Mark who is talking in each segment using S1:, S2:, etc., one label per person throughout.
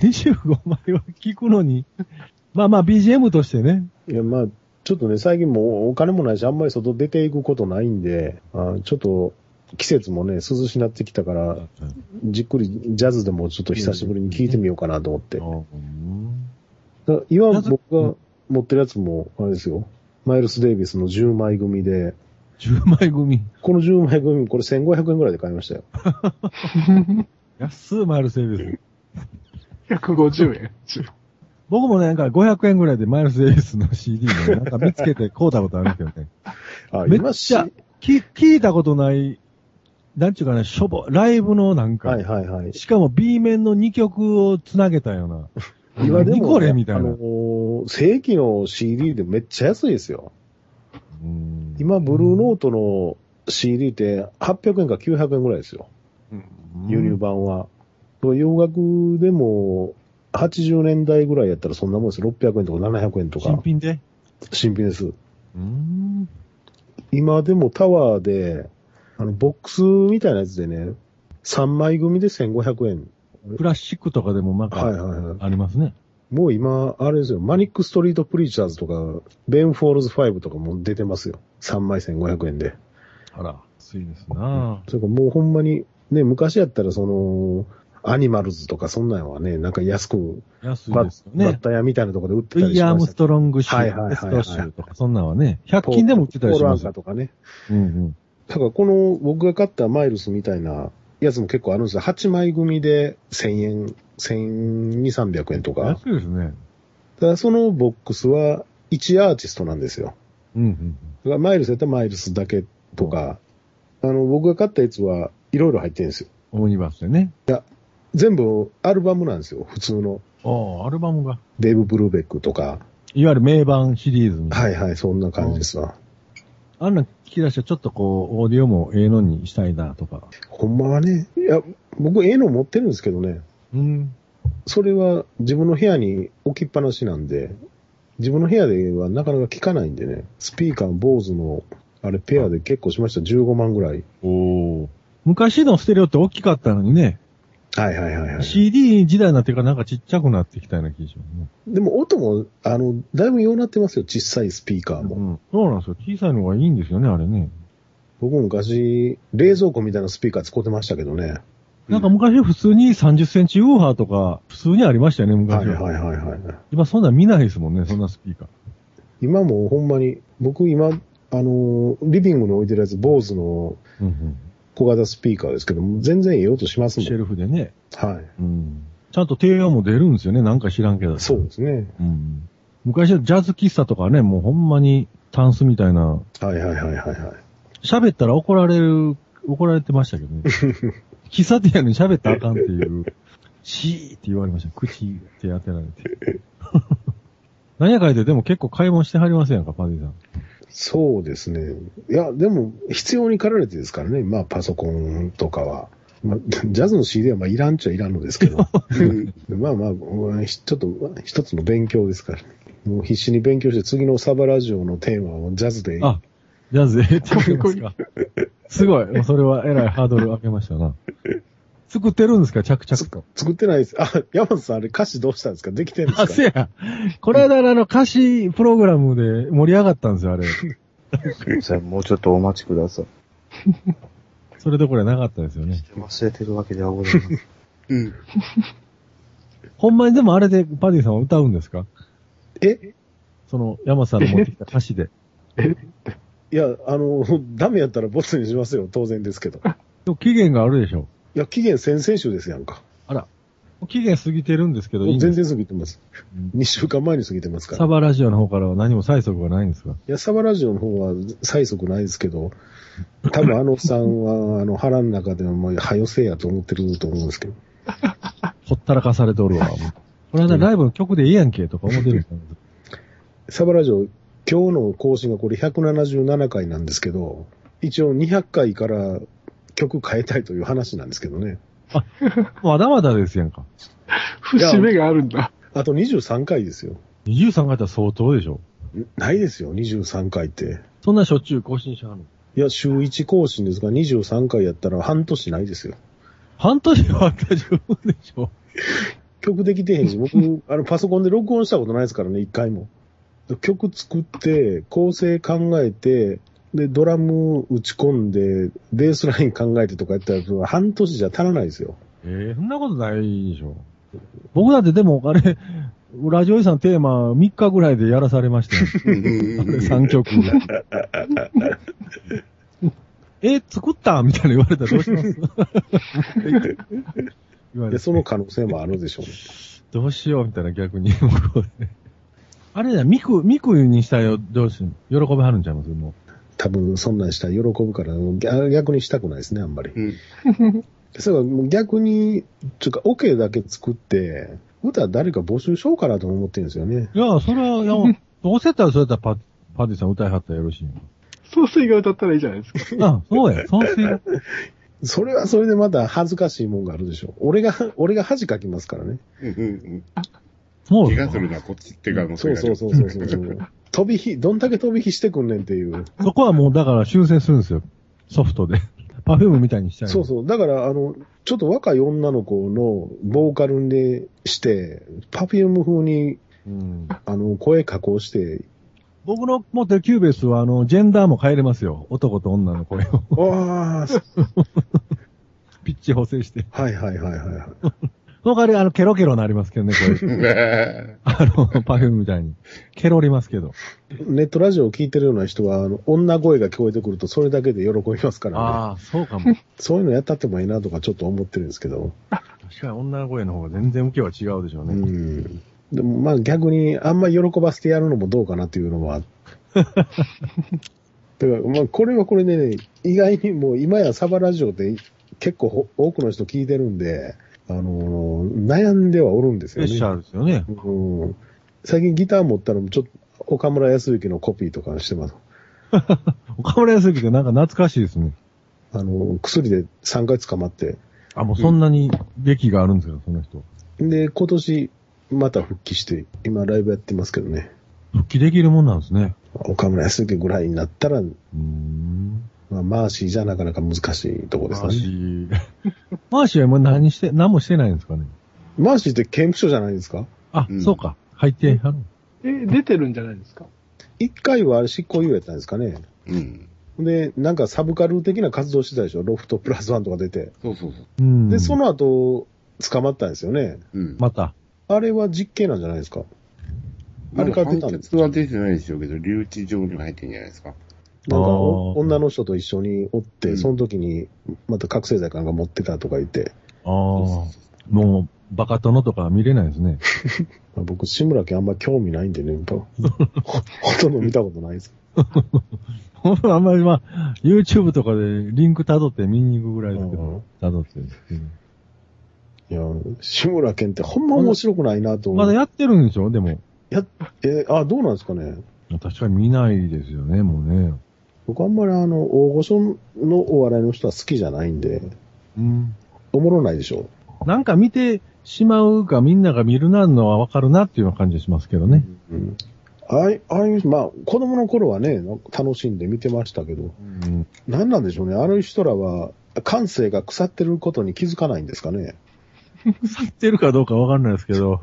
S1: 25枚は聞くのに、まあまあ BGM としてね、
S2: いや、まあ、ちょっとね、最近もうお金もないし、あんまり外出ていくことないんで、あちょっと、季節もね、涼しなってきたから、じっくりジャズでもちょっと久しぶりに聴いてみようかなと思って。だから今
S1: ジャズ
S2: 僕が持ってるやつも、あれですよ。マイルス・デイビスの10枚組で、
S1: 10枚組。
S2: この10枚組、これ1500円ぐらいで買いましたよ。
S1: 安いマイルス・デイビス。
S3: 150円。
S1: 僕もね、なんか500円ぐらいでマイルス・デイビスの CD をなんか見つけて買うたことあるけどね。
S2: あ、
S1: めっ
S2: 今し
S1: ちゃ聞、聞いたことない、なんちゅうかね、しょぼ、ライブのなんか、
S2: はいはいはい。
S1: しかも B 面の2曲をつなげたような。
S2: 今でもね、
S1: 何これみたい
S2: あ
S1: な。
S2: のー正規の CD でめっちゃ安いですよ。
S1: うん
S2: 今、ブルーノートの CD って800円か900円ぐらいですよ。輸入版は。洋楽でも、80年代ぐらいやったらそんなもんです。600円とか700円と
S1: 新
S2: か。
S1: 品で
S2: 新品です。
S1: うん。
S2: 今でもタワーで、あの、ボックスみたいなやつでね、3枚組で1500円。
S1: プラスチックとかでもなん
S2: はい
S1: か、
S2: はいはい。
S1: ありますね。
S2: もう今、あれですよ、マニックストリートプリーチャーズとか、ベンフォールズ5とかも出てますよ。3枚1500円で。
S1: あら、安いですな
S2: それからもうほんまに、ね、昔やったらその、アニマルズとかそんなんはね、なんか安く、
S1: 安い
S2: バ
S1: です
S2: ッ,、
S1: よね。
S2: タ屋みたいなところで売ってた
S1: ウ
S2: り
S1: ィ
S2: し
S1: アー
S2: ま
S1: ムス
S2: した。
S1: トロング州、
S2: は
S1: テ
S2: いはいはいはい
S1: スト州とか、そんなんはね、100均でも売ってたり
S2: ポー
S1: し
S2: ルア
S1: ま
S2: ン
S1: す
S2: カー。とかね。
S1: うんうん。
S2: だからこの僕が買ったマイルスみたいなやつも結構あるんですよ。8枚組で1000円、1200、300円とか。
S1: 安いですね。
S2: ただそのボックスは1アーティストなんですよ。
S1: うんうん。
S2: だからマイルスやったらマイルスだけとか、あの僕が買ったやつはいろいろ入ってるんですよ。
S1: オムニバスでね。
S2: 全部アルバムなんですよ。普通の。
S1: ああ、アルバムが。
S2: デーブ・ブルーベックとか。
S1: いわゆる名盤シリーズみたいな。
S2: はいはい、そんな感じですわ。
S1: あんなん聞き出したらちょっとこう、オーディオもええのにしたいなとか。
S2: ほんまはね、いや、僕、ええの持ってるんですけどね、
S1: うん。
S2: それは自分の部屋に置きっぱなしなんで、自分の部屋ではなかなか聞かないんでね、スピーカー、坊主の、あれ、ペアで結構しました、15万ぐらい。
S1: お昔のステレオって大きかったのにね、
S2: はいはいはいはい。
S1: CD 時代になってからなんかちっちゃくなってきたような気がしますね。
S2: でも音も、あの、だいぶようになってますよ、小さいスピーカーも。
S1: うん。そうなんですよ。小さいのがいいんですよね、あれね。
S2: 僕昔、冷蔵庫みたいなスピーカー使ってましたけどね。
S1: なんか昔普通に30センチウーハーとか、普通にありましたよね、
S2: は
S1: 昔
S2: い
S1: は。
S2: はいはいはい。
S1: 今そんなん見ないですもんね、そんなスピーカー。
S2: 今もうほんまに、僕今、あの、リビングに置いてるやつ、坊主の
S1: うんうん。
S2: 小型スピーカーですけども、全然ええ音しますも
S1: シ
S2: ん。
S1: ェルフでね。
S2: はい。
S1: うん。ちゃんと低音も出るんですよね、なんか知らんけど。
S2: そうですね。
S1: うん。昔のジャズ喫茶とかね、もうほんまにタンスみたいな、
S2: はいはいはいはいはい。
S1: 喋ったら怒られる、怒られてましたけど ね。喫茶店やのに喋ったらあかんっていう、シーって言われました。口って当てられて。 なんやかいで、でも結構買い物してはりませんか、パディさん。
S2: そうですね。いや、でも、必要に駆られてですからね。まあ、パソコンとかは。まあ、 ジャズの CD はまあ、いらんっちゃいらんのですけ ど。うんまあまあ、うんひちょっと、一つの勉強ですから、ね。もう必死に勉強して、次のサバラジオのテーマをジャズで。
S1: あジャズでええって言ってますか。すごい。もうそれはえらいハードル上げました な。作ってるんですか、着々と。
S2: 作ってないです。あ、山本さん、あれ歌詞どうしたんですかできてるんです
S1: あ、
S2: か
S1: せや。この間のあの歌詞プログラムで盛り上がったんですよ、あ れ。
S4: さあもうちょっとお待ちください。
S1: それどころじゃなかったですよね。
S4: 忘れてるわけではございません。
S3: うん。
S1: ほんまにでもあれでパディさんは歌うんですか
S2: え
S1: その、山さんの持ってきた歌 詞で。
S2: いや、あの、 ダメやったらボツにしますよ。当然ですけど。い
S1: でも期限があるでしょ。
S2: や、期限先々週ですやんか。
S1: 期限過ぎてるんですけど、いい
S2: も
S1: ん
S2: う
S1: です
S2: 全然過ぎてます
S1: うん。
S2: 2週間前に過ぎてますから
S1: サ。バラジオの方からは何も催促がないんですか
S2: いや、サバラジオの方は催促ないですけど、多分あのおっさんは、あの、腹の中ではもう、はよせやと思ってると思うんですけど。
S1: ほったらかされておる わ。もうこの間ライブの曲でいいやんけとか思ってるんですけど
S2: サバラジオ、今日の更新がこれ177回なんですけど、一応200回から曲変えたいという話なんですけどね。
S1: まだまだですやんか。
S3: 節目があるんだ。
S2: あと23回ですよ。
S1: 23回ったら相当でしょ。
S2: んないですよ、23回って。
S1: そんなしょっちゅう更新しはるの
S2: いや、週1更新ですが、23回やったら半年ないですよ。
S1: 半年はあった十分でしょ。
S2: 曲できてへん し、僕、あの、パソコンで録音したことないですからね、一回も。曲作って、構成考えて、で、ドラム打ち込んで、ベースライン考えてとかやったら、半年じゃ足らないですよ。
S1: えー、そんなことないでしょ。僕だってでも、あれ、ラジオイさんテーマ3日ぐらいでやらされましたよ。3曲。 え、作ったみたいな言われたらどうします 言われ
S2: で、
S1: て
S2: その可能性もあるでしょうね。
S1: どうしようみたいな逆に。もうこれあれだ、ミク、ミクにしたらどうし喜びはるんちゃいますも
S2: 多分、そんなんしたら喜ぶから、逆逆にしたくないですね、あんまり。
S4: うん
S2: そうか逆に、ちょっとか、オ、ケだけ作って、歌誰か募集しようかなとも思ってるんですよね。
S1: う。いや、それは、いやどうせやったらそれやったらパパディさん歌いはったらよろしいよ。
S3: 総帥が歌ったらいいじゃないですか。
S1: あ、そうや、そう水だ。
S2: それはそれでまた恥ずかしいもんがあるでしょ。俺が、俺が恥かきますからね。
S5: うん
S1: そ
S5: うん
S1: う
S5: 怪
S1: や
S5: 我す。るのはこっちって可能
S2: そ
S5: 性
S2: う
S5: があ
S2: そう
S5: る。
S2: そうそうそうそう。 飛び火、どんだけ飛び火してくんねんっていう。
S1: そこはもうだから修正するんですよ。ソフトで。パフュームみたいにしたい。
S2: そうそう。だから、あの、ちょっと若い女の子のボーカルにして、パフューム風に、
S1: うん。
S2: あの、声加工して、
S1: 僕の持ってるキューベースは、あの、ジェンダーも変えれますよ。男と女の声を。
S2: ああ、
S1: ピッチ補正して。
S2: はいはいはいはいはい。
S1: その代わり、あの、ケロケロなりますけどね、これ。あの、パフュームみたいに。ケロりますけど。
S2: ネットラジオを聞いてるような人は、あの、女声が聞こえてくると、それだけで喜びますからね。
S1: ああ、そうかも。
S2: そういうのやったってもいいなとかちょっと思ってるんですけど。
S1: 確かに女の声の方が全然受けは違うでしょう
S2: う
S1: ね。
S2: ん。でも、まあ逆に、あんま喜ばせてやるのもどうかなっていうのは。だから、まあこれはこれでね、意外にもう今やサバラジオで結構ほ多くの人聞いてるんで、あのー悩んではおるんです
S1: プ
S2: よ
S1: レッ
S2: ね。
S1: シャーですよね。
S2: うん。最近ギター持ったのもちょっと、岡村康之のコピーとかしてます。
S1: 岡村康之ってなんか懐かしいですね。
S2: あの、薬で3回捕まって、
S1: あ、もうそんなに劇があるんですよ、その人。
S2: で、今年また復帰して、今ライブやってますけどね、
S1: 復帰できるもんなんですね。
S2: 岡村康之ぐらいになったら、
S1: うーん。
S2: まあ、マーシーじゃなかなか難しいとこで
S1: マ
S2: す
S1: ーシ
S2: ね。
S1: ー。 マーシーは今何して、何もしてないんですかね。
S2: マーシーって刑務所じゃないですか
S1: あ、
S5: うん
S1: そうか。入ってはる。
S3: え、出てるんじゃないですか。
S2: 一回はあれ執行猶予やったんですかね。
S5: うん。
S2: で、なんかサブカル的な活動してたでしょロフトプラスワンとか出て。
S5: そうそうそう。
S1: うん。
S2: で、その後、捕まったんですよね。
S5: うん。
S1: また。
S2: あれは実刑なんじゃないですか
S5: あ
S2: あ
S5: れ
S2: れ
S5: か
S2: から
S5: 出
S2: 出
S5: た
S2: た
S5: ん
S2: ん
S5: で
S2: ですす
S5: か判決は出てないでしょうけど、留置場には入ってんじゃないですか。
S2: なんか
S1: あ
S2: お
S1: ー
S2: 女の人と一緒におっ
S5: うん
S2: て、その時に、また覚醒剤かなんか持ってたとか言って、
S1: ああ。もう、バカ殿とかは見れないですね。
S2: まあ僕、志村けんあんま興味ないんでね、 ほほとんど見たことないです。
S1: ほん まあんまりまあ、YouTube とかでリンク辿って見に行くぐらいですけ
S2: うん
S1: ど、辿って。うん
S2: いや、志村けんってほんま面白くないなと思
S1: ま
S2: う。
S1: だやってるんでしょでも。
S2: えーあ、どうなんですかね。
S1: 確かに見ないですよね、もうね。
S2: 僕あんまりあの、大御所のお笑いの人は好きじゃないんで、
S1: うん。
S2: おもろないでしょ。
S1: なんか見てしまうか、みんなが見るなのはわかるなっていうような感じがしますけどね。
S2: うん。ああいああいう、まあ、子供の頃はね、なんか楽しんで見てましたけど、
S1: うん。
S2: 何なんでしょうね。あの人らは、感性が腐ってることに気づかないんですかね。
S1: 腐ってるかどうかわかんないですけど。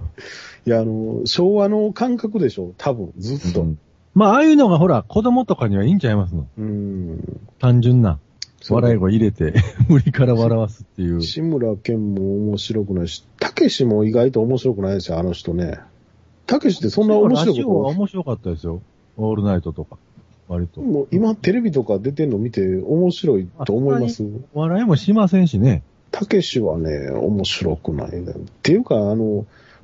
S2: いや、あの、昭和の感覚でしょ。多分、ずっと。
S1: まあ、ああいうのがほら、子供とかにはいいんちゃいますの。
S2: うん。
S1: 単純な。
S2: そう
S1: 笑い声入れて、 無理から笑わすっていう。
S2: 志村けんも面白くないし、たけしも意外と面白くないですよ、あの人ね。たけしってそんな面白
S1: ラ
S2: い
S1: ジオは
S2: こ
S1: 面白かったですよ。オールナイトとか。割と
S2: と。。もう今テレビとか出てんの見て面白いと思います
S1: お笑いもしませんしね。
S2: たけしはね、面白くない、ね。っていうか、あの、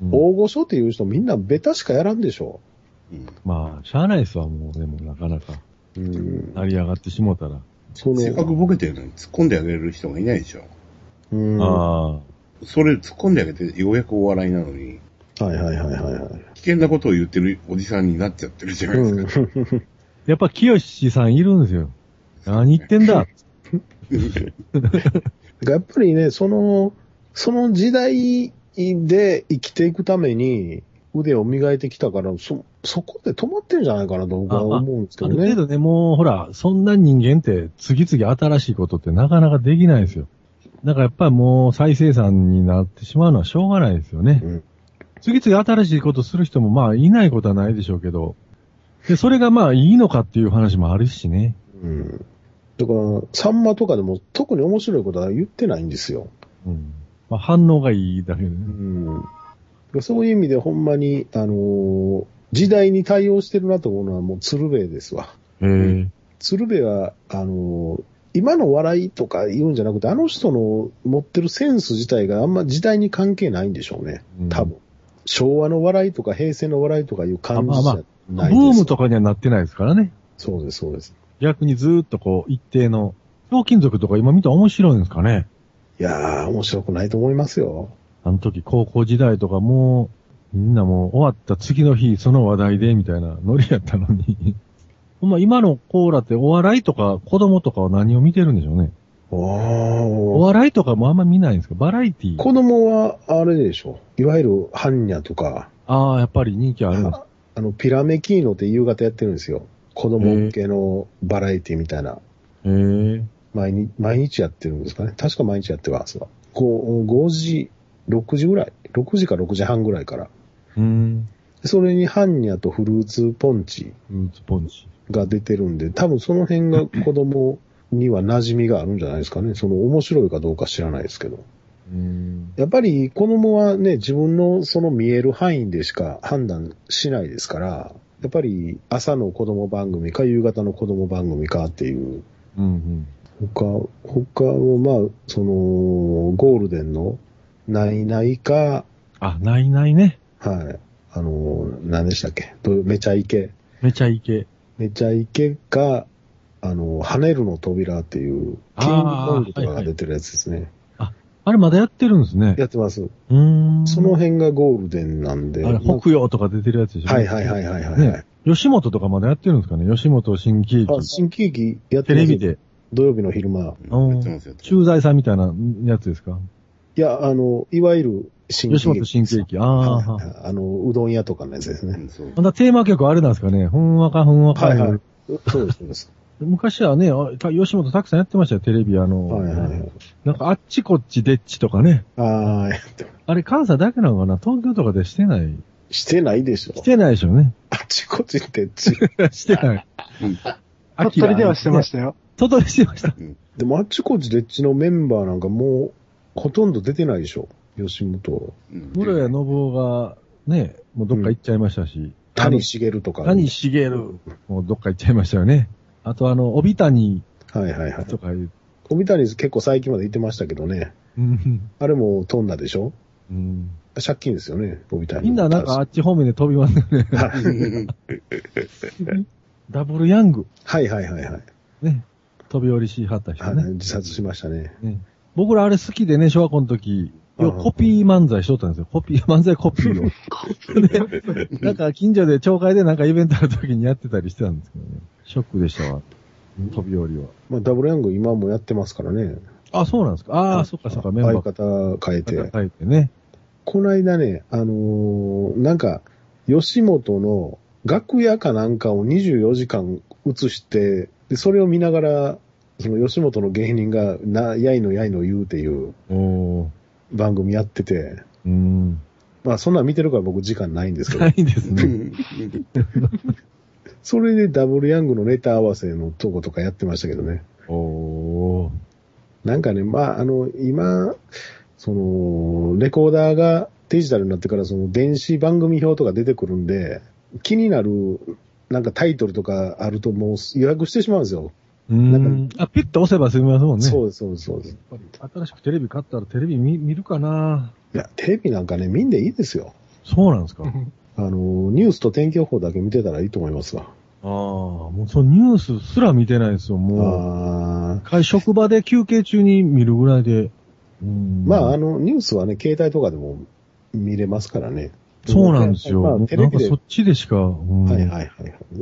S1: うん
S2: 大御所っていう人みんなベタしかやらんでしょ。
S5: うん。
S1: まあ、しゃあないですわ、もう。でも、なかなか。
S2: うん。
S1: 成り上がってしもたら。
S2: そ
S5: せっかく
S2: の、
S5: ボケてるのに突っ込んであげる人がいないでしょ。
S2: うん。は
S1: ああ。
S5: それ突っ込んであげて、ようやくお笑いなのに、
S2: いはいはいはいはい。
S5: 危険なことを言ってるおじさんになっちゃってるじゃないです
S2: う
S5: か。
S2: ん。
S1: やっぱ、清志さんいるんですよ。何言ってんだ。
S2: やっぱりね、その、その時代で生きていくために腕を磨いてきたから、そ、そこで止まってるんじゃないかなと僕は思うんですけ
S1: あ
S2: ど
S1: る程
S2: ね。
S1: 度ね、もう、ほら、そんな人間って、次々新しいことってなかなかできないですよ。だからやっぱりもう再生産になってしまうのはしょうがないですよね。
S2: うん
S1: 次々新しいことする人もまあいないことはないでしょうけど、で、それがまあいいのかっていう話もあるしね。
S2: うん。だから、サンマとかでも特に面白いことは言ってないんですよ。
S1: うん。まあ反応がいいだけで
S2: う
S1: ね。
S2: ん。だからそういう意味でほんまに、あのー時代に対応してるなと思うのはもう鶴瓶ですわ。
S1: へえ。
S2: 鶴瓶は、あのー今の笑いとか言うんじゃなくて、あの人の持ってるセンス自体があんま時代に関係ないんでしょうね。多分。昭和の笑いとか平成の笑いとかいう感じじゃないです、
S1: ブームとかにはなってないですからね。
S2: そうです、そうです。
S1: 逆にずーっとこう一定の、ひょうきん族とか今見たら面白いんですかね。
S2: いやー、面白くないと思いますよ。
S1: あの時高校時代とかもう、みんなもう終わった次の日その話題でみたいなノリやったのに。 ほんま今のコーラってお笑いとか子供とかは何を見てるんでしょうね。お
S2: おー。
S1: 笑いとかもあんま見ないんですかバラエティー。
S2: 子供は、あれでしょ。いわゆる、ハンニャとか、
S1: ああ、やっぱり人気あるんです
S2: ああの、ピラメキーノって夕方やってるんですよ。子供向けのバラエティみたいな。
S1: へ え。
S2: 毎日、毎日やってるんですかね。確か毎日やってますわ。5, 5時、6時ぐらい。6時か6時半ぐらいから。
S1: うん。
S2: それにハンニャとフルーツポンチ
S1: フルーツポンチ。
S2: が出てるんで、多分その辺が子供には馴染みがあるんじゃないですかね。その面白いかどうか知らないですけど。
S1: うん。
S2: やっぱり子供はね、自分のその見える範囲でしか判断しないですから、やっぱり朝の子供番組か夕方の子供番組かっていう、
S1: うん
S2: 他、他もまあ、その、ゴールデンの、ないないか、
S1: あ、ないないね。
S2: はい、あの、何でしたっけ、ぶめちゃイケ、
S1: めちゃイケ。
S2: めちゃイケか、あの、跳ねるの扉っていう、キングコングとかが出てるやつですね。
S1: あれまだやってるんですね。
S2: やってます。
S1: うーん。
S2: その辺がゴールデンなんで。
S1: あれ、北洋とか出てるやつでしょ
S2: はいはいはいはいはい、はい
S1: ね。吉本とかまだやってるんですかね吉本新喜劇。
S2: あ、新喜劇やって
S1: テ
S2: ま
S1: レ
S2: す
S1: ビ。で、
S2: 土曜日の昼間。
S1: うん
S5: やってますよ。
S1: 駐在さんみたいなやつですか
S2: いや、あの、いわゆる新喜
S1: 吉
S2: 劇。
S1: 本新喜劇。ああ、
S2: はい
S1: は
S2: はいあの、うどん屋とかのやつです
S5: う
S2: ね。
S5: ん、そう。
S1: まだテーマ曲あれなんですかねふんわかふんわか。
S2: はいはい。そうです、そうです。
S1: 昔はね、あた吉本たくさんやってましたよ、テレビ。あの、
S2: はいはいはい。
S1: なんかあっちこっちでっちとかね。
S2: ああ、でも
S1: あれ関西だけなのかな東京とかでしてない。
S2: してないでしょ
S1: し。てないでしょうね。
S2: あっちこっちってっち。
S1: して ない。
S5: うん
S3: あったりではしてま
S1: し
S3: したよ。
S1: た。外でしてました。
S2: でもあっちこっちでっちのメンバーなんかもう、ほとんど出てないでしょ。吉本。
S5: うん
S1: 室谷信夫が、ね、もうどっか行っちゃいましたし。
S2: 谷茂とか。
S1: 谷茂もうどっか行っちゃいましたよね。あとあの、帯谷
S2: はいはいはい。
S1: とかいう。
S2: 帯谷結構最近まで行ってましたけどね。
S1: うん
S2: あれも飛んだでしょ
S1: うん
S2: 借金ですよね、帯谷。
S1: みんななんかあっち方面で飛びますよね。ダブルヤング、
S2: はいはいはいはい。
S1: ね。飛び降りしはった人
S2: はい
S1: ね。
S2: 自殺しましたね。
S1: ね僕らあれ好きでね、小学校の時、よ
S2: うん
S1: コピー漫才しとったんですよ。コピー、漫才コピーを。でなんか近所で、町会でなんかイベントある時にやってたりしてたんですけどね。ショックでしたわ。飛び降りは。
S2: まあ、ダブルヤング今もやってますからね。
S1: あ、そうなんですか。ああ、そっかそっか、メンバ
S2: 相
S1: ー
S2: 方変えて。
S1: 書いてね。
S2: この間ね、あのーなんか、吉本の楽屋かなんかを24時間映して、で、それを見ながら、その吉本の芸人が、な、やいのやいの言うっていう
S1: おー。
S2: 番組やってて、
S1: うーん。
S2: まあそんなん見てるから僕時間ないんですけ
S1: な
S2: ど、
S1: いです
S5: う
S1: ね。
S5: ん
S2: それでダブルヤングのネタ合わせのとことかやってましたけどね。
S1: おー。
S2: なんかね、まあ、あの、今、その、レコーダーがデジタルになってから、その、電子番組表とか出てくるんで、気になる、なんかタイトルとかあるともう予約してしまうんですよ。
S1: うーん。あ、ピッと押せば済みますもんね。
S2: そうです、そうです、そうです。
S1: やっぱり新しくテレビ買ったらテレビ見見るかない
S2: や、テレビなんかね、見んでいいですよ。
S1: そうなんですか。
S3: う
S1: あ
S3: ん
S2: あの、ニュースと天気予報だけ見てたらいいと思いますわ。
S1: あ、もうそのニュースすら見てないですよ、もう。
S2: あー
S1: 会職場で休憩中に見るぐらいで。うん
S2: まあ、あの、ニュースはね、携帯とかでも見れますからね。
S1: そうなんですよ。
S2: まあテ
S1: な
S2: レ
S1: ん
S2: ビ
S1: か
S2: で
S1: そっちでしか。うん
S2: はいはいはいはい。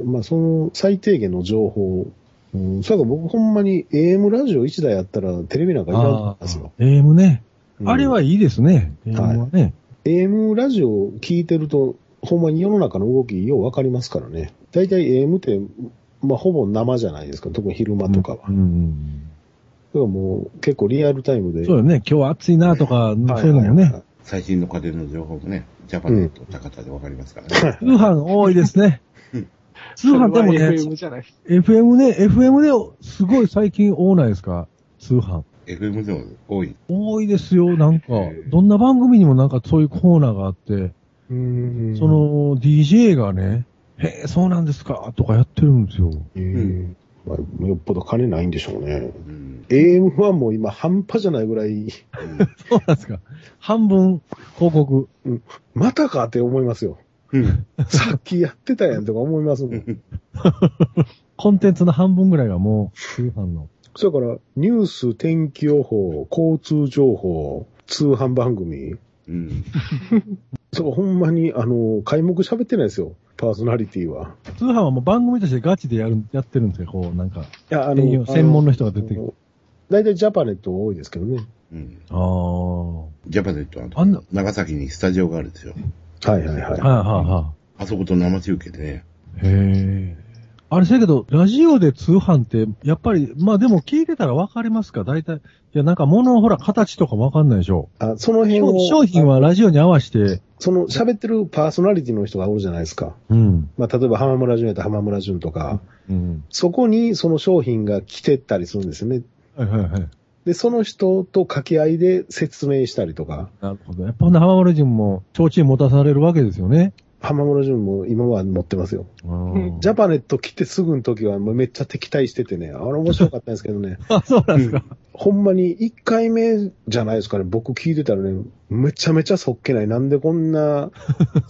S2: まあ、その最低限の情報、うん、それから僕ほんまに AM ラジオ1台あったらテレビなんかいらん
S1: あ
S2: んです
S1: あ
S2: よ。、
S1: AM ね。
S2: うん
S1: あれはいいですね。AM はね。
S2: AM ラジオを聞いてると、ほんまに世の中の動きようわかりますからね。大体 AM って、まあほぼ生じゃないですか、特に昼間とかは。
S1: うん。
S2: からもう結構リアルタイムで。
S1: そうよね。今日暑いなとか、
S2: はい
S1: そういうのもね。
S5: 最新の家電の情報もね、ジャパネット高田でわかりますからね。
S1: 通販多いです ね
S5: うん。
S1: 通販でも
S3: それは
S1: ね、
S3: FM じゃないです。
S1: FM ね、FM ね、すごい最近多ないですか通販。
S5: FM でも多い。
S1: 多いですよ、なんか。どんな番組にもなんかそういうコーナーがあって、
S2: うん
S1: そ、の DJ がね、へえ、そうなんですか、とかやってるんですよ。
S2: えーまあ、よっぽど金ないんでしょうね。
S5: うん。
S2: AM はもう今半端じゃないぐら い、
S1: そうなんですか。半分広告。
S2: またかって思いますよ。
S5: うん。
S2: さっきやってたやんとか思いますもん。
S1: コンテンツの半分ぐらいがもう通販の。
S2: それから、ニュース、天気予報、交通情報、通販番組。
S5: うん。
S2: そう、ほんまに、あの、開目喋ってないですよ。パーソナリティは。
S1: 通販はもう番組としてガチでやる、やってるんですよ、こう、なんか。
S2: いや、あ
S1: いいよ専門の人が出てくる
S2: る。大体ジャパネット多いですけどね。
S5: うん。
S1: ああ。は
S5: ジャパネットは
S1: あんな
S5: 長崎にスタジオがあるんですよ。
S2: はいはいはい
S1: い。はいは
S5: あそこと生中継でね。
S1: い。へえ。あれ、せやけど、ラジオで通販って、やっぱり、まあでも聞いてたらわかりますか大体。いや、なんか物のほら、形とかわかんないでしょ。
S2: あその辺を、
S1: 商品はラジオに合わせて、
S2: その喋ってるパーソナリティの人がおるじゃないですか。
S1: うん。
S2: まあ、例えば浜村淳やったら浜村淳とか、
S1: うん。
S2: そこにその商品が来てったりするんですよね。
S1: はいはいはい。
S2: で、その人と掛け合いで説明したりとか、
S1: なるほど。やっぱほんな浜丸人も、提灯持たされるわけですよね。
S2: 浜村淳も今は持ってますよ。
S1: あー
S2: ジャパネット来てすぐの時はもうめっちゃ敵対しててね、あれ面白かったんですけどね、
S1: あ、そうなんですか。
S2: ほんまに1回目じゃないですかね、僕聞いてたらね、めちゃめちゃそっけない。なんでこんな、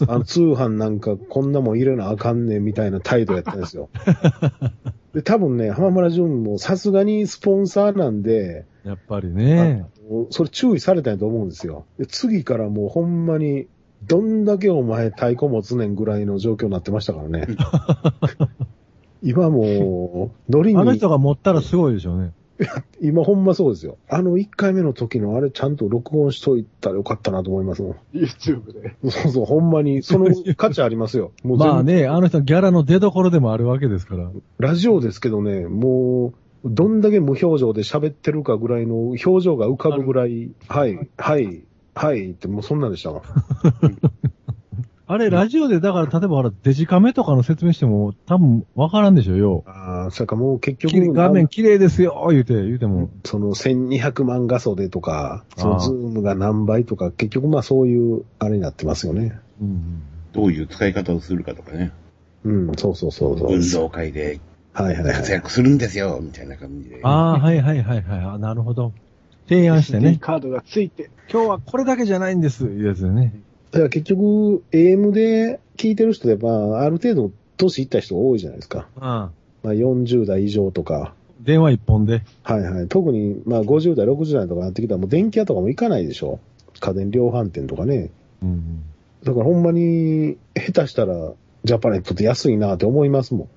S2: あの通販なんかこんなもん入れなあかんねんみたいな態度やったんですよ。で、多分ね、浜村淳もさすがにスポンサーなんで、
S1: やっぱりね。
S2: もうそれ注意されたんやと思うんですよ。で次からもうほんまに、どんだけお前太鼓持つねんぐらいの状況になってましたから ね。今もう、ノリ
S1: あの
S2: に
S1: 人、が持ったらすごいでしょうね。
S2: 今ほんまそうですよ。あの1回目の時のあれちゃんと録音しといたらよかったなと思いますも
S3: YouTube で。
S2: ん。そうそう、ほんまに、その価値ありますよ。もう全部
S1: まあね、あの人ギャラの出所でもあるわけですから。
S2: ラジオですけどね、もう、どんだけ無表情で喋ってるかぐらいの表情が浮かぶぐらい、はい、はい、はいってもうそんなんでしたわ。
S1: あれ、ラジオで、だから、例えばあれ、デジカメとかの説明しても、多分、わからんでしょ、よ
S2: ああ、それかもう結
S1: う。
S2: 局、
S1: 画面綺麗ですよ、言うて、言うても。
S2: その1200万画素でとか、そ
S1: あ
S2: の
S1: あ
S2: ズームが何倍とか、結局まあそういう、あれになってますよね。
S1: うん。
S5: どういう使い方をするかとかね。
S2: うん、そうそうそうそう。
S5: 運動会で
S2: はいはい
S5: 活
S2: はい。
S5: 躍するんですよ、みたいな感じで。
S1: ああ、はいはいはいはい。あなるほど。提案して
S3: SD
S1: ね。
S3: カードがついて。
S1: 今日 は これだけじゃないんです、いうやつでね。
S2: だから結局、AM で聞いてる人で、まあ、ある程度、年いった人が多いじゃないですか。
S1: まあ、
S2: まあ、40代以上とか。
S1: 電話一本で。
S2: はいはい。特に、まあ、50代、60代とかなってきたら、もう電気屋とかも行かないでしょ。家電量販店とかね。
S1: うん。
S2: だからほんまに、下手したら、ジャパネットって安いなって思いますもん。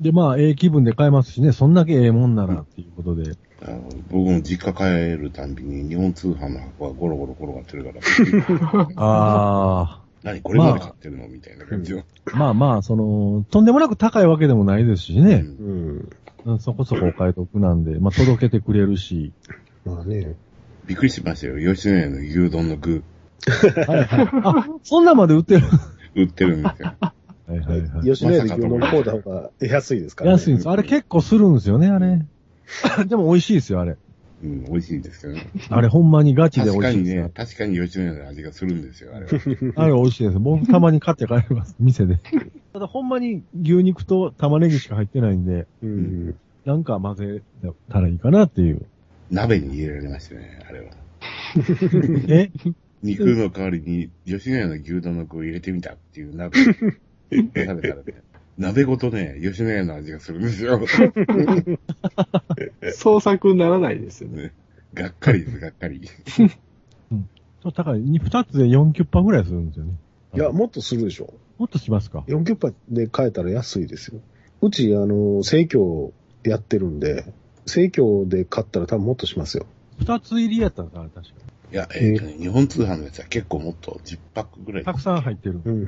S1: で、まあ、ええ気分で買えますしね、そんだけええもんなら、っていうことで。
S5: あの僕も実家帰るたんびに日本通販の箱がゴロゴロ転がってるから、
S1: あ
S5: 何これまで買ってるのみたいな感じを。
S1: あ、まあまあ、その、とんでもなく高いわけでもないですしね。
S5: うん
S2: うん。
S1: うんそこそこお買い得なんで、まあ、届けてくれるし。
S2: まあね。
S5: びっくりしましたよ。吉野家の牛丼の具
S1: あ、そんなんまで売ってる。
S5: 売ってるんですよ。
S1: はいはいはい。
S2: 吉野家で牛丼買うた方が安いですから、ね。
S1: 安いんです。あれ結構するんですよね、あ れ。でも美味しいですよ、あれ。
S5: うん、美味しいんですけどね。
S1: あれほんまにガチで
S5: 確
S1: 美
S5: か
S1: 味しい
S5: に
S1: ですよ。
S5: ね、確かに吉野家の味がするんですよ、あれは。
S1: あれ美味しいです。僕たまに買って帰ります、 店で。ただほんまに牛肉と玉ねぎしか入ってないんで、
S2: うん。
S1: なんか混ぜたらいいかなっていう。
S5: 鍋に入れられましたね、あれは。
S1: え
S5: 肉の代わりに吉野家の牛丼の具を入れてみたっていう鍋。食べたらね、鍋ごとね、吉野家の味がするんです よ。
S3: 創作にならないですよね。
S5: がっかりです、がっかり。
S1: そう、高い。に二つで4キュッパぐらいするんですよね。
S2: いや、もっとするでしょ。
S1: もっとしますか。
S2: 4キュッパで買えたら安いですよ。うち、あの、生協やってるんで、生協で買ったら多分もっとしますよ。
S1: 二つ入りやったのかな、確か
S5: いや、えっ、とね、日本通販のやつは結構もっと10パックぐらい。
S1: たくさん入ってる。
S2: うんうんう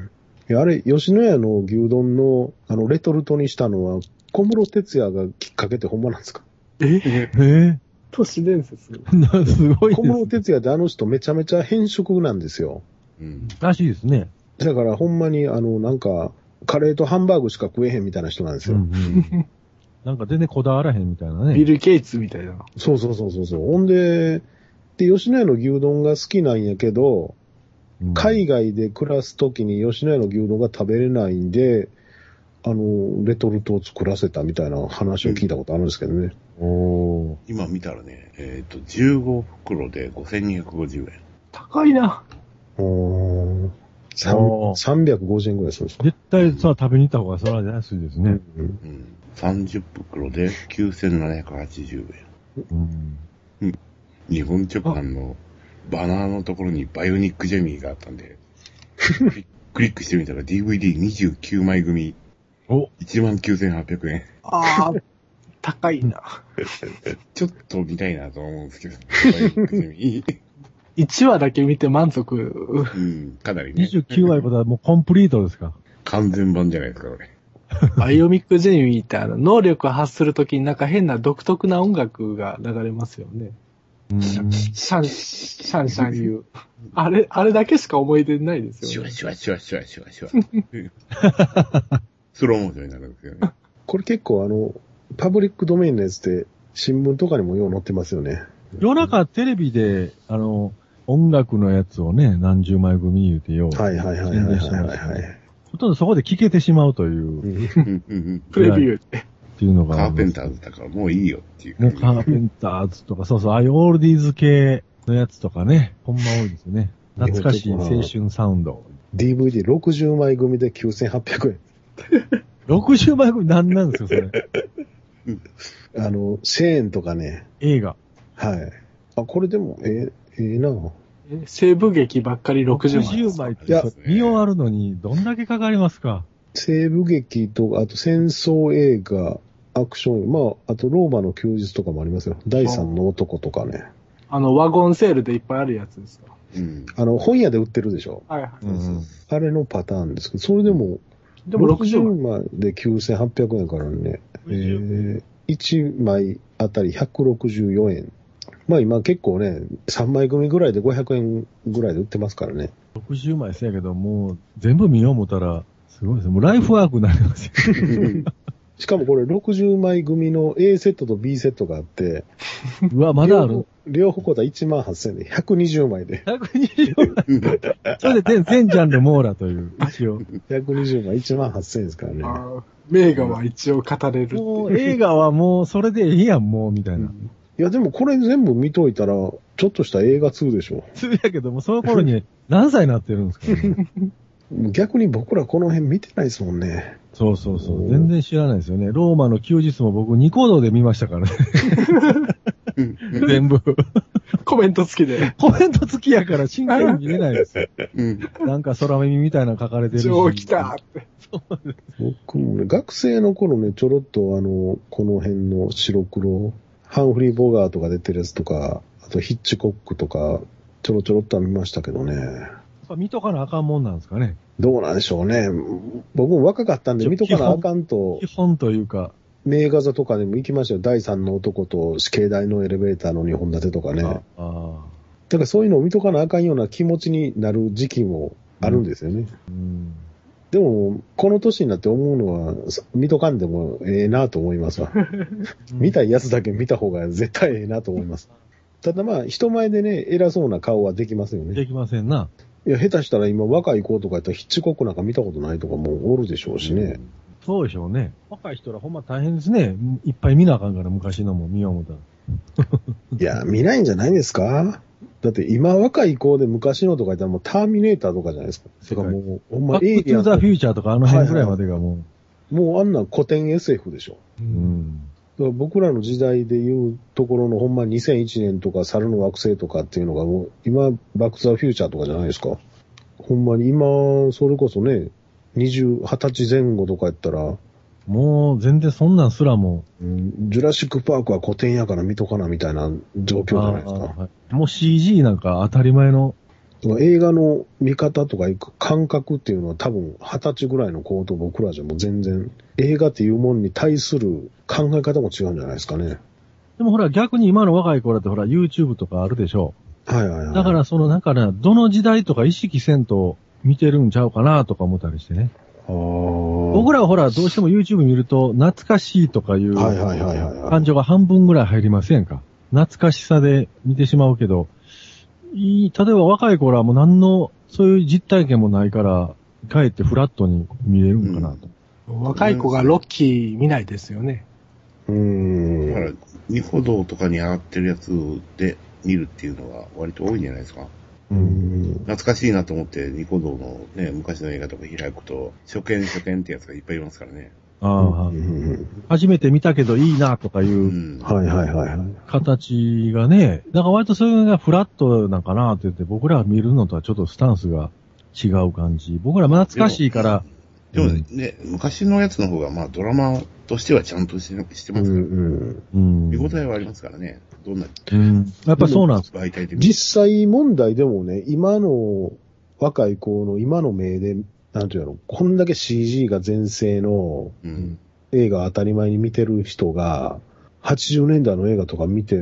S2: ん。いや、あれ、吉野家 の牛丼の、あの、レトルトにしたのは、小室哲也がきっかけってほんまなんですか
S3: え
S1: え
S3: 都市伝説
S1: ー、 な、すごい
S2: 小
S1: で
S2: 室
S1: す。
S2: 哲也ってあの人めちゃめちゃ変色なんですよ。
S5: うん。
S1: らしいですね。
S2: だからほんまに、あの、なんか、カレーとハンバーグしか食えへんみたいな人なんです
S1: う
S2: よ。
S1: んうん、なんか全然こだわらへんみたいなね。
S3: ビル・ケイツみたいな。
S2: そうそうそうそうそう。ほんで、で、吉野家の牛丼が好きなんやけど、
S1: うん
S2: 海外で暮らすときに吉野家の牛丼が食べれないんで、あの、レトルトを作らせたみたいな話を聞いたことあるんですけどね。
S1: おー
S5: 今見たらね、えっ、と、15袋で5250円。
S3: 高いな。
S2: おーさん
S1: おー
S2: 350円ぐらいするんですか、
S1: 絶対さ、食べに行った方がそら安いですね。
S2: うん
S5: うん。30袋で9780円。
S1: うん。
S5: 日本直販のバナーのところにバイオニックジェミーがあったん で、クリックしてみたら DVD29 枚組、
S1: お
S5: 19,800円。
S3: ああ、高いな。
S5: ちょっと見たいなと思うんです けど、バイオニックジェミー。
S3: 1話だけ見て満足。
S5: うん、かなりね。
S1: 29割ことはもうコンプリートですか。
S5: 完全版じゃないですか、これ。
S3: バイオミックジェニーみたいな能力を発するときになんか変な独特な音楽が流れますよね。
S1: うん。
S3: シャン、シャンシャン言う。あれ、あれだけしか思い出ないです
S5: シ
S3: よ
S5: ュワ
S3: ね。
S5: シュワシュワシュワシュワシュワ。スローモーションになるんですよね。
S2: これ結構あの、パブリックドメインのやつで新聞とかにもよう載ってますよね。
S1: 夜中テレビで、あの、音楽のやつをね、何十枚組言うてよ。
S2: はいはいはいはいはいはい、はい
S1: ほとんどそこで聴けてしまうという、
S2: う
S1: っ
S2: ん
S5: うんうんうん
S3: プレビューって。
S1: ていうのが。
S5: カーペンターズだからもういいよっていう。
S1: もうカーペンターズとか、そうそう、ああいうオールディーズ系のやつとかね、ほんま多いですよね。懐かしい青春サウンド。
S2: DVD60 枚組で9800円。
S1: 60枚組何なんですか、それ。
S2: あの、シェーンとかね。
S1: 映画。
S2: はい。あ、これでも、ええええな
S3: え西部劇ばっかり60枚。
S1: 60枚っ
S2: い
S1: て
S2: や
S1: そう見終わるのに、どんだけかかりますか。
S2: 西部劇とか、あと戦争映画、アクション、まあ、あとローマの休日とかもありますよ。第三の男とかね。
S3: あの、ワゴンセールでいっぱいあるやつですか。
S5: うん。
S2: あの、本屋で売ってるでしょ。
S3: はいはい。
S1: うん。
S2: あれのパターンですけど、それでも、
S3: でも60
S2: 60
S3: 枚。
S2: 枚で9800円からね、えー、1枚あたり164円。まあ今結構ね、3枚組ぐらいで500円ぐらいで売ってますからね。
S1: 60枚せやけど、もう全部見よう思ったら、すごいですね。もうライフワークになります よ。
S2: しかもこれ60枚組の A セットと B セットがあって、
S1: うわ、まだある。
S2: 両方だ1万8000円で120枚で、
S1: 120枚。それで全全ジャンル網羅という、一応。
S2: 120枚1万8000円ですからね。
S3: あー名画は一応語れるっていう。
S1: もう映画はもうそれでええやん、もう、みたいな。
S2: いやでもこれ全部見といたら、ちょっとした映画2でしょ。
S1: つぶやけども、その頃に何歳になってるんですか、ね、
S2: 逆に僕らこの辺見てないですもんね。
S1: そうそうそう。全然知らないですよね。ローマの休日も僕、ニコ動で見ましたからね。 全部。
S3: コメント付きで。
S1: コメント付きやから真剣に見れないですよ。
S5: うん。
S1: なんか空耳みたいなの書かれてるし。
S3: 女王来たって。
S2: 僕もね、学生の頃ね、ちょろっとあの、この辺の白黒、ハンフリー・ボガーとか出てるやつとか、あとヒッチコックとか、ちょろちょろっとは見ましたけどね。
S1: やっぱ見とかなあかんもんなんですかね。
S2: どうなんでしょうね。僕も若かったんで見とかなあかんと
S1: 基、本というか。
S2: 名画座とかでも行きましたよ。第三の男と死刑台のエレベーターの二本立てとかね。だ
S1: あ
S2: か
S1: あ。
S2: らそういうのを見とかなあかんような気持ちになる時期もあるんですよね。
S1: うん。
S2: でも、この年になって思うのは、さ見とかんでもええなと思いま すわ。見たいやつだけ見た方が絶対ええなと思います。ただまあ、人前でね、偉そうな顔はできますよね。
S1: できませんな。
S2: いや、下手したら今若い子とかやったらヒッチコックなんか見たことないとかもおるでしょうしね。
S1: そうでしょうね。若い人らほんま大変ですね。いっぱい見なあかんから、昔のも見よう思ったら。
S2: いや、見ないんじゃないですかだって今若い子で昔のとか言ったらもうターミネーターとかじゃないですか。てかもう、ほんま
S1: バッ
S2: エイ
S1: クト
S2: リア
S1: ゥ
S2: ン
S1: ザ
S2: と
S1: フューチャーとかあの辺ぐらいまでがも
S2: もうあんなん古典 SF でしょ。
S1: う。うん。
S2: だから僕らの時代でいうところのほんま2001年とか猿の惑星とかっていうのがもう今バックザフューチャーとかじゃないですか。ほんまに今、それこそね、20、20歳前後とかやったら、
S1: もう全然そんなんすらも。
S2: うんジュラシックパークは古典やから見とかなみたいな状況じゃないです
S1: あ
S2: か。
S1: あはいもう CG なんか当たり前の。
S2: だから映画の見方とか感覚っていうのは多分20歳ぐらいの子と僕らじゃもう全然映画っていうものに対する考え方も違うんじゃないですかね。
S1: でもほら逆に今の若い子らってほら YouTube とかあるでしょ。
S2: はいはいはい。
S1: だからそのなんかね、どの時代とか意識せんと見てるんちゃうかなとか思ったりしてね。僕
S2: 僕
S1: らはほらどうしても YouTube 見ると懐かしいとかいう
S2: はいはいはいはいはい。
S1: 感情が半分ぐらい入りませんか懐かしさで見てしまうけど、いい例えば若い頃はもう何の、そういう実体験もないから、かえってフラットに見れるんかなと。
S3: 若い子がロッキー見ないですよね。
S2: うー
S5: だから
S2: ん。、
S5: 二歩道とかに上がってるやつで見るっていうのが割と多いんじゃないですか。
S2: うーん。
S5: 懐かしいなと思って、ニコ動のね、昔の映画とか開くと、初見初見ってやつがいっぱいいますからね。。
S1: ああ
S2: うん
S1: 初めて見たけどいいなとかいううん
S2: はいはいはいはい。
S1: 形がね、だから割とそういうのがフラットなんかなって言って、僕らは見るのとはちょっとスタンスが違う感じ。僕ら懐かしいから、
S5: でも
S1: うん
S5: ね、昔のやつの方が、まあドラマとしてはちゃんとしてして
S2: う
S5: ます
S2: ん
S5: から、
S2: うん。
S1: うん。
S5: 見応えはありますからね。どんな
S1: うんやっぱそうなんです。
S5: 媒体で見
S2: 実際問題でもね、今の若い子の今の目で、なんていうの、こんだけ CG が全盛の
S5: うん。
S2: 映画当たり前に見てる人が、80年代の映画とか見て、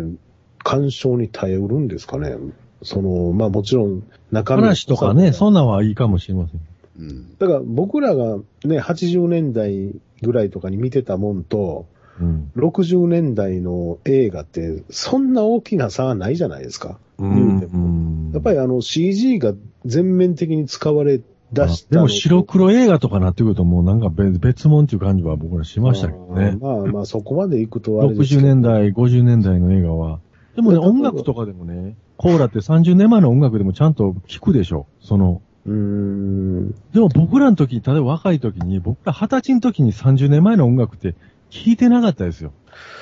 S2: 鑑賞に耐えうるんですかね。その、まあもちろん中身
S1: 話とかね、そんなんはいいかもしれません。
S5: うん。
S2: だから僕らがね、80年代ぐらいとかに見てたもんと、
S1: うん。
S2: 60年代の映画って、そんな大きな差はないじゃないですか。言うても
S1: うん
S2: やっぱりあの CG が全面的に使われ出した
S1: で
S2: の
S1: も白黒映画とかなってくるともうなんか別別物っていう感じは僕らしましたけどね。
S2: まあま あそこまで行くとあれですけ
S1: 60
S2: ど
S1: 年代、50年代の映画は。でもね、
S2: いや例えば
S1: 音楽とかでもね、コーラって30年前の音楽でもちゃんと聞くでしょ。その、
S2: うーん。
S1: でも僕らの時、例えば若い時に、僕ら20歳の時に30年前の音楽って聞いてなかったですよ。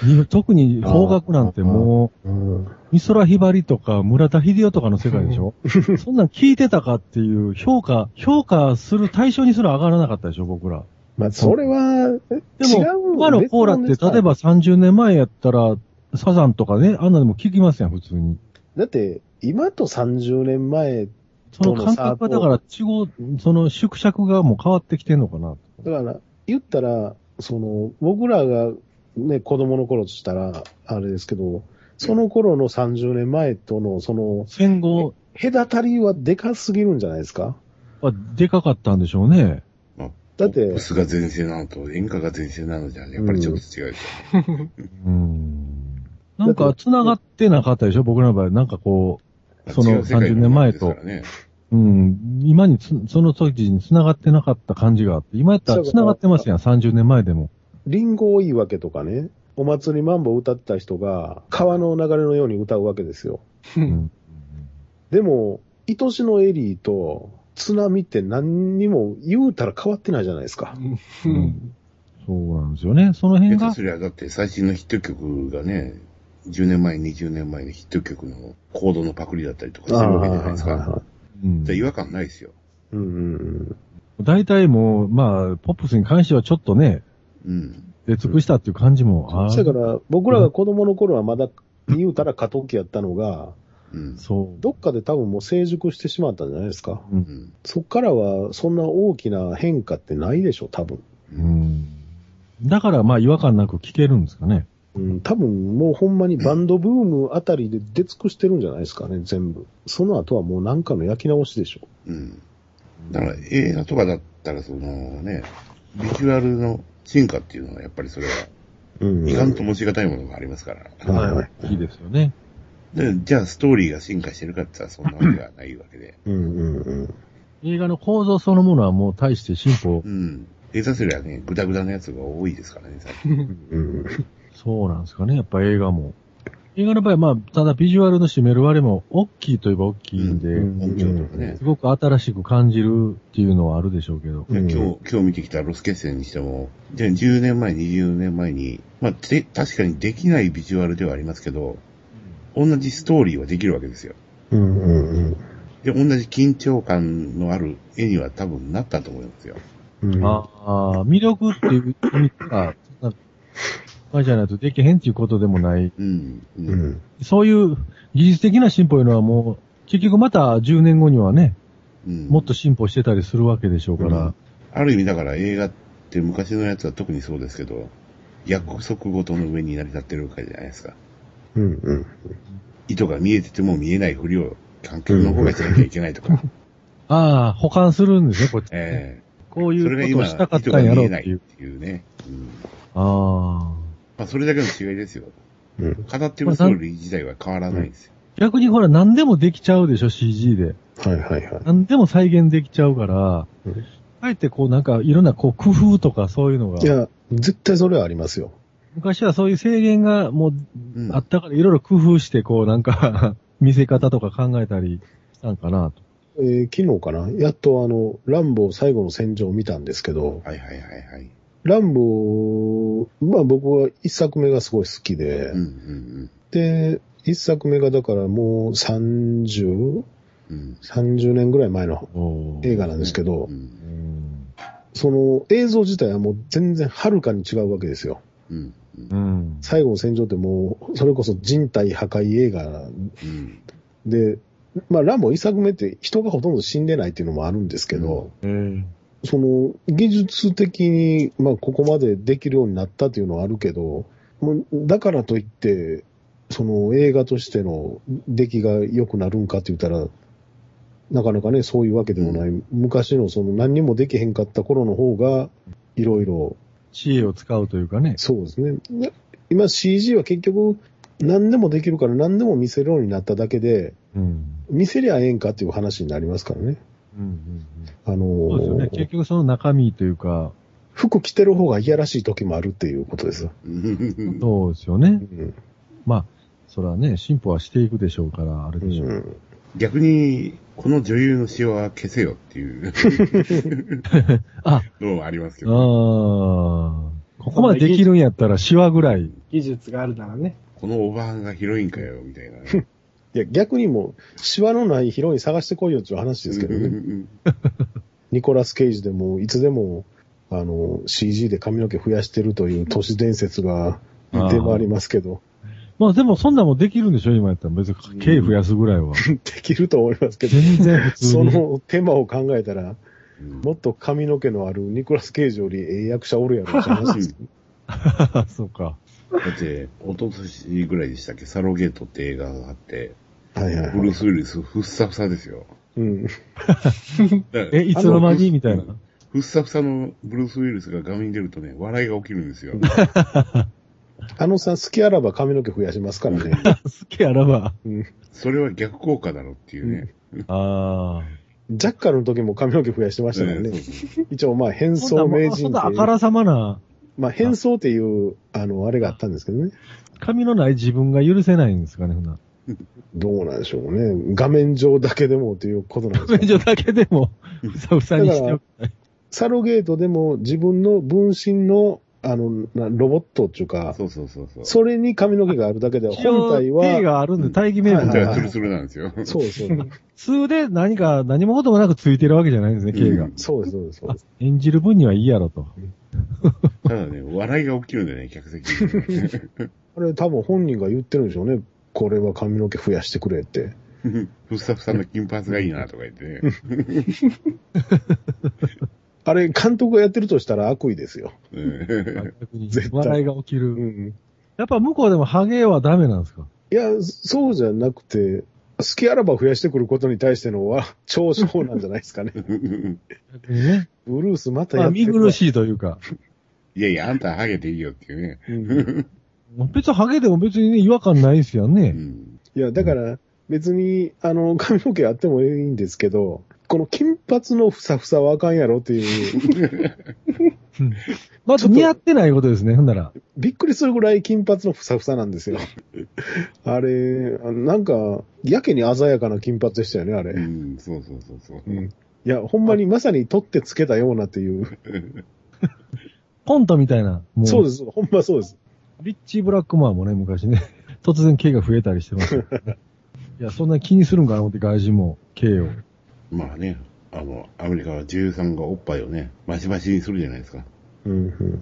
S1: に特に邦楽なんてもう、
S2: うん
S1: 美空ひばりとか村田秀夫とかの世界で しょそんなん聞いてたかっていう評価、評価する対象にすら上がらなかったでしょ、僕ら。
S2: まあそれは、
S1: でも、
S2: 違う
S1: 今のコーラって、
S2: 別物ですから
S1: 例えば30年前やったら、サザンとかね、あんなでも聞きますやん、普通に。
S2: だって今と30年前、
S1: その感覚はだから、違う、その縮尺がもう変わってきてんのかな。
S2: だから言ったら、その僕らがね、子供の頃としたらあれですけど、その頃の30年前とのその
S1: 戦後
S2: 隔たりはでかすぎるんじゃないですか
S1: はでかかったんでしょうね。
S2: だって
S5: ポップスが前世なのと、演歌が前世なのじゃ、やっぱりちょっと違うでし
S1: うん。なんか、繋がってなかったでしょ、僕らの場合。なんかこ
S5: ょ。
S1: その
S5: 違う世界
S1: 30年前と
S5: ですからね
S1: う、うん、今につ、その時に繋がってなかった感じがあって、今やったら繋がってますやん、30年前でも。
S2: リンゴ多いわけとかね、お祭りマンボウ歌ってた人が、川の流れのように歌うわけですよ。
S1: うん。
S2: でも、愛しのエリーと津波って何にも言うたら変わってないじゃないですか。
S1: うんそうなんですよね。その辺
S5: 下
S1: が
S5: 手す、りゃ、だって最新のヒット曲がね、10年前、20年前のヒット曲のコードのパクリだったりとかするわけじゃないですか。
S1: うん
S5: じゃ違和感ないですよ。
S2: うんうん
S1: 大体もう、まあ、ポップスに関してはちょっとね、
S5: うん。
S1: 出尽くしたっていう感じ
S2: う
S1: も、
S2: ん。
S1: あ
S2: そやか
S1: ー
S2: ら、僕らが子供の頃はまだ言うたら過渡期やったのが、
S5: うん。
S1: そう。
S2: どっかで多分もう成熟してしまったんじゃないですか。
S5: うん。
S2: そっからはそんな大きな変化ってないでしょ、多分。
S1: うん。だから、まあ、違和感なく聞けるんですかね。
S2: うん、多分もうほんまにバンドブームあたりで出尽くしてるんじゃないですかね、全部。その後はもうなんかの焼き直しでしょ。
S5: うん。だから映画とかだったら、そのね、ビジュアルの進化っていうのはやっぱりそれは、
S2: うん
S5: いかんともしがたいものがありますから。
S2: はいはい。
S1: いいですよね。
S5: で、じゃあストーリーが進化してるかって言ったらそんなわけはないわけで。
S2: うんうんうん。
S1: 映画の構造そのものはもう大して進歩
S5: う。ん。下手すりゃね、グダグダなやつが多いですからね、最近
S2: うん
S1: そうなんですかね、やっぱ映画も。映画の場合は、まあ、ただビジュアルの占める割も、大きいといえば大きいんで、
S2: うん
S5: 音響とかね
S1: す。ごく新しく感じるっていうのはあるでしょうけど。
S2: うん
S5: 今日、今日見てきたロス決戦にしても、じゃあ10年前、20年前に、まあ、て確かにできないビジュアルではありますけど、同じストーリーはできるわけですよ。
S2: うんうん
S5: で、同じ緊張感のある絵には多分なったと思いますよ。
S2: うん。
S1: ああ、魅力っていう意味か、そんなまあじゃないとできへんっていうことでもない
S5: うん。う。
S2: うんん。
S1: そういう技術的な進歩いうのはもう、結局また10年後にはね、
S5: うん、
S1: もっと進歩してたりするわけでしょうから、
S5: うんある意味だから映画って昔のやつは特にそうですけど、約束事の上に成り立ってるわけじゃないですか。
S2: うんうん。
S5: 意図が見えてても見えないふりを観客の方がしなきゃいけないと か、
S1: ああ、保管するんですね、こっち。
S5: え
S1: こう
S5: え
S1: い
S5: そ
S1: うこ
S5: れが
S1: と
S5: 今、
S1: をしたかっ
S5: 意図
S1: た
S5: が
S1: んや
S5: 見
S1: ろ
S5: え
S1: うっ
S5: ない
S1: ていう。
S5: っていうね。うん
S1: ああ。
S5: まあ、それだけの違いですよ。
S2: うん。
S5: 語ってるストーリー自体は変わらないんですよ。
S1: 逆にほら、何でもできちゃうでしょ、CG で。
S2: はいはいはい。
S1: 何でも再現できちゃうから
S2: うん、
S1: あえてこうなんかいろんなこう工夫とかそういうのが
S2: い、や、絶対それはありますよ。
S1: 昔はそういう制限がもう
S5: うん
S1: あったからいろいろ工夫してこうなんか 見せ方とか考えたりしたんかなと。
S2: えー昨日かなやっとあの、ランボー最後の戦場を見たんですけど、
S5: はいはいはいはい。
S2: ランボー、まあ僕は一作目がすごい好きで、
S5: うんうん
S2: で、一作目がだからもう 30?30
S5: うん。うん
S2: 年ぐらい前の
S1: おー
S2: 映画なんですけど、
S5: うん
S1: うん
S2: その映像自体はもう全然はるかに違うわけですよ。
S5: うんうん
S1: うん。
S2: 最後の戦場ってもう、それこそ人体破壊映画
S5: うん
S2: で、まあランボー一作目って人がほとんど死んでないっていうのもあるんですけど、
S4: うん。
S2: その技術的に、まあ、ここまでできるようになったっていうのはあるけど、もうだからといって、その映画としての出来が良くなるんかって言ったら、なかなかね、そういうわけでもない。昔のその何にもできへんかった頃の方が、いろいろ、
S1: 知恵を使うというかね。
S2: そうですね。ね今 CG は結局、何でもできるから何でも見せるようになっただけで、
S1: うん。
S2: 見せりゃええんかっていう話になりますからね。
S1: うんうんうん
S2: あの
S1: そうですよね。結局その中身というか、
S2: 服着てる方がいやらしい時もあるっていうことですよ。
S5: うん
S1: そうですよね。
S2: うん
S1: まあ、それはね、進歩はしていくでしょうから、あれでしょう。
S2: うん
S5: 逆に、この女優の詩は消せよっていう
S1: あ
S5: のもありますけ
S1: ああ
S5: ど。
S1: ー、ここまでできるんやったら、シワぐらい。
S3: 技術があるならね。
S5: このおばあんがヒロインかよ、みたいな。
S2: いや、逆にもう、シワのないヒロイン探してこいよっていう話ですけど
S5: うん
S2: ね。
S5: うん
S2: ニコラス・ケイジでも、いつでも、あの、CG で髪の毛増やしてるという都市伝説が
S1: あー
S2: 出回りますけど、
S1: まあでもそんなんもできるんでしょ今やったら別に経費増やすぐらい は。
S2: できると思いますけど、
S1: 全然普通
S2: そ
S1: に。
S2: の手間を考えたら、
S5: うん
S2: もっと髪の毛のあるニコラス・ケイジよりええ役者おるやろって話です。
S1: そうか。
S5: だって、一昨年ぐらいでしたっけ、サロゲートって映画があって、
S2: はいはい
S5: ブ
S2: は
S5: ルー
S2: い。
S5: ス・ウィリス、ふっさふさですよ。
S2: うん。
S5: だから
S1: え、いつの間にみたい
S5: あ
S1: な
S5: の。ふっさふさのブルース・ウィリスが画面に出るとね、笑いが起きるんで すよ。
S2: あのさん、好きあらば髪の毛増やしますからね。
S1: すげえあらば。
S2: うん
S5: それは逆効果だろっていうね。
S1: ああ。
S2: ジャッカルの時も髪の毛増やしてましたから
S5: ね
S2: ね。
S5: そう
S2: 一応まあ変装名人ってい
S1: そん
S2: う
S1: な、そんなあからさまな、
S2: まあ、変装っていう、あの、あれがあったんですけどね。
S1: 髪のない自分が許せないんですかね、ほんな。
S2: どうなんでしょうね。画面上だけでもっていうことなんです
S1: 免
S2: か。
S1: 除だけで も、ふさふさにしておく。
S2: サロゲートでも自分の分身の、あの、なロボットっていうか、
S5: そうそうそうそう。
S2: それに髪の毛があるだけでは、
S1: 一
S2: 本
S1: 応、
S2: 体
S1: 手
S2: は、
S1: があるんで、大義名
S2: は
S1: 分
S2: い
S5: じ
S1: で。
S5: ゃあ、ツルツルなんですよ。
S2: そうですそうです
S1: 普通で何か、何もこともなくついてるわけじゃないんですね、刑
S5: う
S1: が
S5: ん。
S2: そうです、そうです、そう
S1: あ
S2: です。
S1: 演じる分にはいいやろと。
S5: ただね、笑いが起きるんだよね、客席にね。
S2: あれ多分本人が言ってるんでしょうね。これは髪の毛増やしてくれって。
S5: ふっさふさの金髪がいいなとか言ってね。
S2: あれ、監督がやってるとしたら悪意ですよ。
S5: うん
S1: 逆に
S2: 絶対
S1: 笑いが起き
S2: う
S1: る。
S2: ん。
S1: やっぱ向こうでもハゲはダメなんですか
S2: いや、そうじゃなくて、好きあらば増やしてくることに対してのは、長所なんじゃないですかね。
S1: 逆にね。
S2: ブルースまた
S1: ま
S2: や
S1: あ、
S2: って
S1: 見
S2: るわ
S1: 苦しいというか。
S5: いやいや、あんたハゲていいよっていうね。
S2: うん
S1: 別にハゲでも別にね、違和感ないですよ
S5: う
S1: ね。
S5: ん
S2: いや、だから別に、あの、髪の毛あってもいいんですけど、この金髪のふさふさはあかんやろっていう、
S1: まず
S2: ちょっと
S1: 似合ってないことですね、ほんなら。
S2: びっくりするぐらい金髪のふさふさなんですよ。あれ、なんか、やけに鮮やかな金髪でしたよね、あ
S5: う
S2: れ。
S5: ん、そうそうそうそう。
S2: うんいや、ほんまにまさに取ってつけたようなっていう。
S1: コントみたいな。も。
S2: そうですす、ほんまそうです。
S1: リッチー・ブラックマンもね、昔ね、 突然毛が増えたりして ます、ね。いや、そんな気にするんかな思って、外人も、 毛を。
S5: まあね、あの、アメリカは女優さんがおっぱいをね、バシバシにするじゃないですか。
S2: うんうん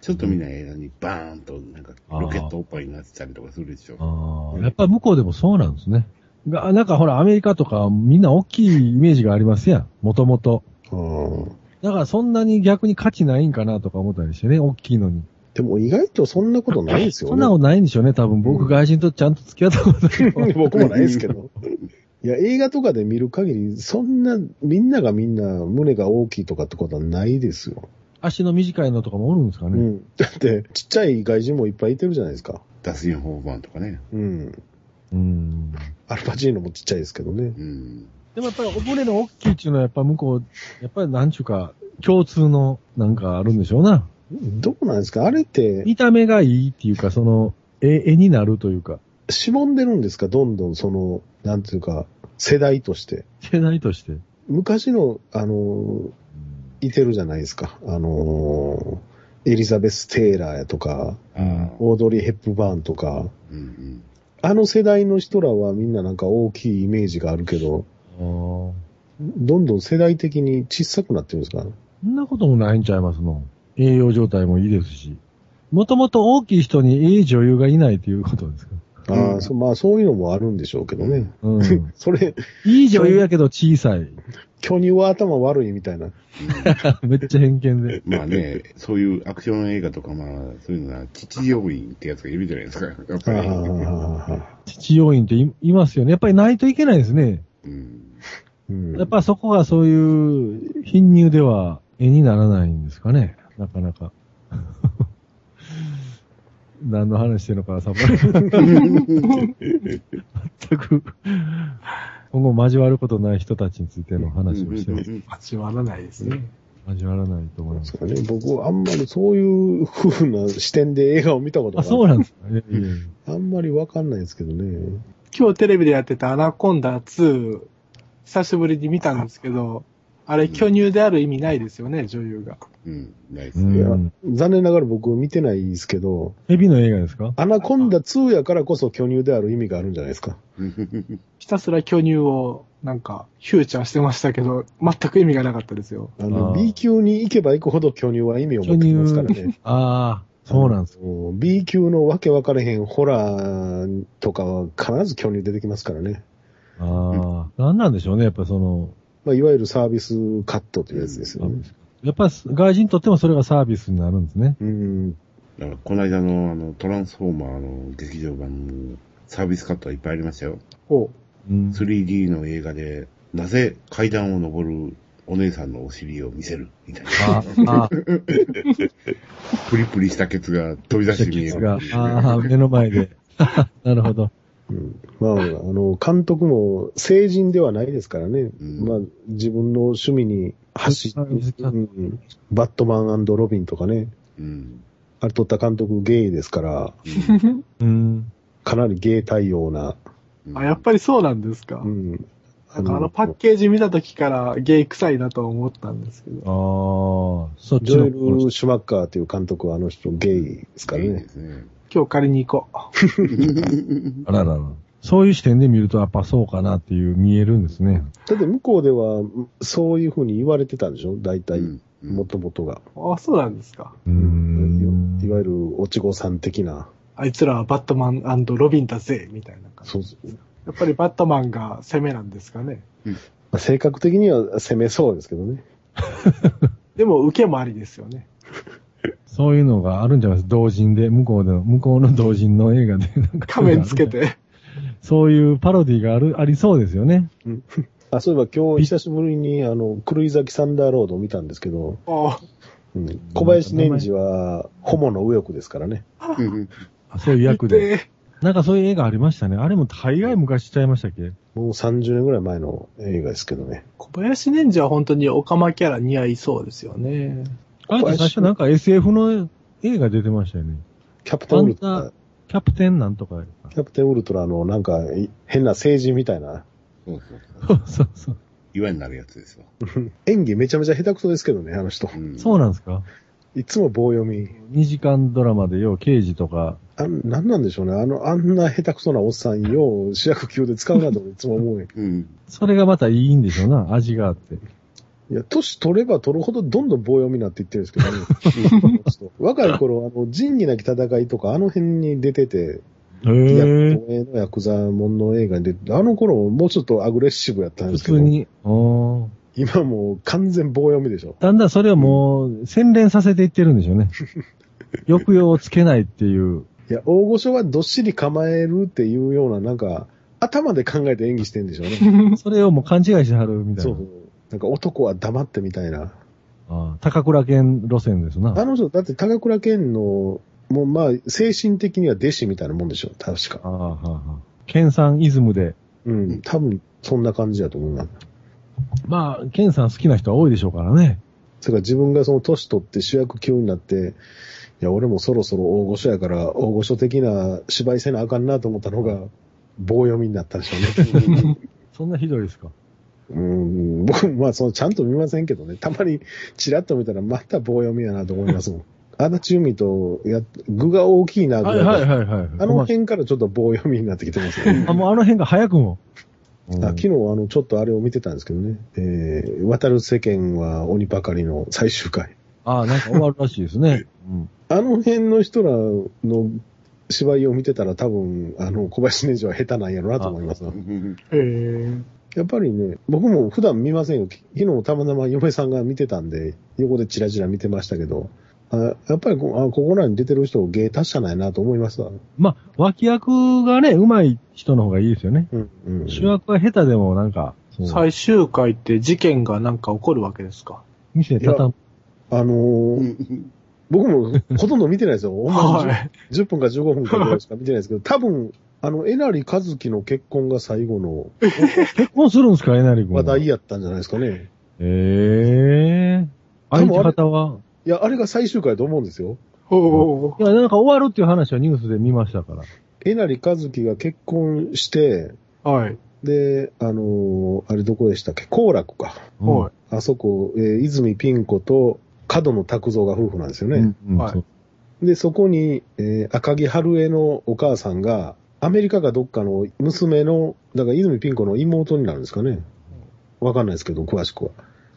S5: ちょっと見ない間にバーンとなんかロケットおっぱいになってたりとかするでしょ。
S1: ああ、やっぱり向こうでもそうなんですね。が、なんかほら、アメリカとかみんな大きいイメージがありますやん。もともと。
S2: あー
S1: だからそんなに逆に価値ないんかなとか思ったりしてね、大きいのに。
S2: でも意外とそんなことないですよ
S1: そんなことないんでしょうね、多分。僕、外人とちゃんと付き合ったことない。
S2: 僕もないですけど。いや、映画とかで見る限り、そんな、みんながみんな胸が大きいとかってことはないですよ。
S1: 足の短いのとかもおるんですか
S2: う
S1: ね。
S2: ん。だって、ちっちゃい外人もいっぱいいてるじゃないですか。
S5: ダスティン・ホーバーンとかね。
S2: うん。
S1: うん。
S2: アルパチーノもちっちゃいですけどね。
S5: うん。
S1: でもやっぱり、おぼれの大きいっていうのは、やっぱ向こう、やっぱりなんちゅうか、共通のなんかあるんでしょうな。
S2: どうなんですかあれって、
S1: 見た目がいいっていうか、その、絵、絵になるというか、
S2: しぼんでるんですかどんどんその、なんていうか、世代として。
S1: 世代として。
S2: 昔の、あの、いてるじゃないですか。あの、エリザベス・テイラーやとか、
S5: ああ。
S2: オードリー・ヘップバーンとか、
S5: うんうん。
S2: あの世代の人らはみんななんか大きいイメージがあるけど、
S1: ああ。そ
S2: どんどん世代的に小さくなってるんですか
S1: んなこともないんちゃいますの。栄養状態もいいですし。もともと大きい人にいい女優がいないということですか。
S2: ああそまあそういうのもあるんでしょうけどね。
S1: うん。
S2: それ、
S1: いい女優やけど小さい。
S2: 巨乳は頭悪いみたいな。
S1: めっちゃ偏見で。
S5: まあね、そういうアクション映画とか、まあ、そういうのは、父要員ってやつがいるじゃないですか。やっ
S2: ああ
S5: ぱり。
S1: 父要員っていいますよね。やっぱりないといけないですね。
S5: うん。
S2: うん
S1: やっぱそこがそういう貧乳では絵にならないんですかね。なかなか。 何の話してるのかさっぱり。 全く、今後交わることない人たちについての話をして
S5: うん
S1: ま
S5: うん
S1: す。
S5: うん
S3: 交わらないですね。
S1: 交わらないと思い
S2: で
S1: ますす。
S2: かね、僕はあんまりそういう風な視点で映画を見たこと
S1: あ、
S2: が
S1: そうなんですか。いえいえ
S2: あんまりわかんないですけどね。
S3: 今日テレビでやってたアナコンダ2、久しぶりに見たんですけど、あれ巨乳である意味ないですよね、女優が。
S5: うん。ナイス
S1: う。
S2: いや
S1: ん。
S2: 残念ながら僕見てないですけど、
S1: ヘビの映画ですか
S2: アナコンダ2やからこそ巨乳である意味があるんじゃないですか。
S3: ひたすら巨乳をなんかフューチャーしてましたけど、全く意味がなかったですよ。
S2: あの、
S1: あー
S2: B 級に行けば行くほど巨乳は意味を持ってきますからね。
S1: ああ、そうなんですか。
S2: うん B 級のわけ分かれへんホラーとかは必ず巨乳出てきますからね。
S1: ああ、なんなんでしょうね。やっぱその、
S2: まあ、いわゆるサービスカットというやつですよね。
S1: やっぱ外人にとってもそれがサービスになるんですね。
S2: うん。
S5: だからこの間の、あの、トランスフォーマーの劇場版のサービスカットはいっぱいありましたよ。
S3: おう
S1: うん。
S5: 3D の映画で、なぜ階段を登るお姉さんのお尻を見せるみたいな。
S1: ああ、
S5: プリプリしたケツが飛び出して見え
S1: 血
S5: る。
S1: が、ああ、目の前で。なるほど。
S2: うんまあ、あの、監督も成人ではないですからね。
S5: うん
S2: まあ、自分の趣味に走
S1: サービス
S2: って、
S1: カッ
S2: う
S1: ト
S2: んバットマンロビンとかね。
S5: うん。
S2: あれ撮った監督ゲイですから、
S1: うん。
S2: かなりゲイ対応な。
S5: うん
S3: あ、やっぱりそうなんですか。
S2: うん。
S3: なんかあのパッケージ見た時からゲイ臭いなと思ったんですけど
S1: ああ、。そっち
S2: ジョ
S1: の
S2: エル・シュマッカーという監督はあの人ゲイですから
S5: いい
S2: ね
S5: で。すね。
S3: 今日借りに行こう。
S1: あららら。そういう視点で見ると、やっぱそうかなっていう、見えるんですね。
S2: だって向こうではそういうふうに言われてたんでしょ大体、
S5: うんうん
S2: もともとが。
S3: あ、そうなんですか。
S1: うーん。
S2: いわゆる落ち子さん的な。
S3: あいつらはバットマンロビンだぜ、みたいな感じ。
S2: そう
S3: やっぱりバットマンが攻めなんですかね。
S2: まあ性格的には攻めそうですけどね。
S3: でも受けもありですよね。
S1: そういうのがあるんじゃないですか。同人で、向こうでの、向こうの同人の映画で、なんか。
S3: 仮面つけ。て。
S1: そういうパロディがある、ありそうですよね。
S2: あ、そういえば今日久しぶりにあの、狂い咲きサンダーロードを見たんですけど、
S3: お
S2: うん小林年次はホモの右翼ですからね。
S5: うん
S1: あそういう役で。
S3: で、
S1: なんかそういう映画ありましたね。あれも大概昔しちゃいましたっけ
S2: もう30年ぐらい前の映画ですけどね。
S3: 小林忍者は本当にオカマキャラ似合いそうですよね。
S1: あれって最初なんか SF の映画出てましたよね。
S2: キャプテンウルト
S1: あん
S2: ラ
S1: た、キャプテンなんとか。
S2: キャプテンウルトラのなんかい変な成人みたいな。
S5: そうそう
S1: そ
S5: そう。
S1: うそうそう。
S5: 岩になるやつですよ。
S2: 演技めちゃめちゃ下手くそですけどね、あの人。
S5: ん
S1: そうなんですか
S2: いつも棒読み。
S1: ?2 時間ドラマでよう、刑事とか。
S2: あん、なんなんでしょうね。あの、あんな下手くそなおっさんよう主役級で使うなといつも思うねんけ
S5: うん。
S1: それがまたいいんでしょうな。味があって。
S2: ど。いや、年取れば取るほどどんどん棒読みになっていってるんですけど ね。若い頃、あの、仁義なき戦いとかあの辺に出てて、
S1: へ
S2: いや、
S1: え。
S2: 東映のヤクザもんの映画に出てて、あの頃もうちょっとアグレッシブやったんで
S1: 普
S2: すけど
S1: 通、に。おー
S2: 今もう完全棒読みでしょ。
S1: だんだんそれをもう洗練させていってるんでしょうね。抑揚をつけないっていう。
S2: いや、大御所はどっしり構えるっていうような、なんか、頭で考えて演技してんでしょうね。
S1: それをもう勘違いしはるみたいな。
S2: そうそう。なんか男は黙ってみたいな。
S1: ああ高倉健路線ですな。
S2: あの人、だって高倉健の、もうまあ、精神的には弟子みたいなもんでしょ、確か。
S1: ああ、はあはあ、健さんイズムで。
S2: うん、多分、そんな感じだと思うな。
S1: まあ、健さん好きな人は多いでしょうからね。
S2: それから自分がその年取って主役級になって、いや、俺もそろそろ大御所やから、大御所的な芝居せなあかんなと思ったのが、棒読みになったでしょうね。
S1: そんなひどいですか。
S2: うん、僕もまあ、その、ちゃんと見ませんけどね、たまにチラッと見たら、また棒読みやなと思い ますもん。足立由美と、や、具が大きいなぐらいで、
S1: はいはい。
S2: あの辺からちょっと棒読みになってきてますね。
S1: あ、もうあの辺が早くも。うん
S2: あ昨日、あの、ちょっとあれを見てたんですけどね。えー、渡る世間は鬼ばかりの最終回。
S1: ああ、なんか終わるらしいですね。 うん。
S2: あの辺の人らの芝居を見てたら多分、あの、小林年次は下手なんやろなと思いますな
S3: へえ。
S2: やっぱりね、僕も普段見ませんよ。き昨日たまたま嫁さんが見てたんで、横でチラチラ見てましたけど、あやっぱりこあここらに出てる人芸達者なんやなと思いました。
S1: まあ、脇役がね、上手い人の方がいいですよね。
S2: うん、うん。
S1: 主役は下手でもなんか、そう
S3: 最終回って事件がなんか起こるわけですか
S1: 店畳む。
S2: あのー僕もほとんど見てないです よ。ほんまに
S3: はい。
S2: 10分か15分かぐらいしか見てないですけど、多分、あの、えなりかずきの結婚が最後の
S1: 結婚するんですか、えなり君。
S2: 話題
S1: や。
S2: やったんじゃないですかね。
S1: ええ相手方はい
S2: や、あれが最終回だと思うんですよ。
S3: おお
S1: いや、なんか終わるっていう話はニュースで見ましたから。
S2: えなりかずきが結婚して、
S3: ー。はい。
S2: で、あのーあれどこでしたっけ幸楽か。
S1: うん
S3: はい。
S2: あそこ、えー泉ピン子と角野拓造が夫婦なんですよね。
S1: うん
S3: はい
S1: そう
S2: で、そこに、えー赤木春江のお母さんが、アメリカかどっかの娘の、だから泉ピン子の妹になるんですかね。わかんないですけど、詳しくは。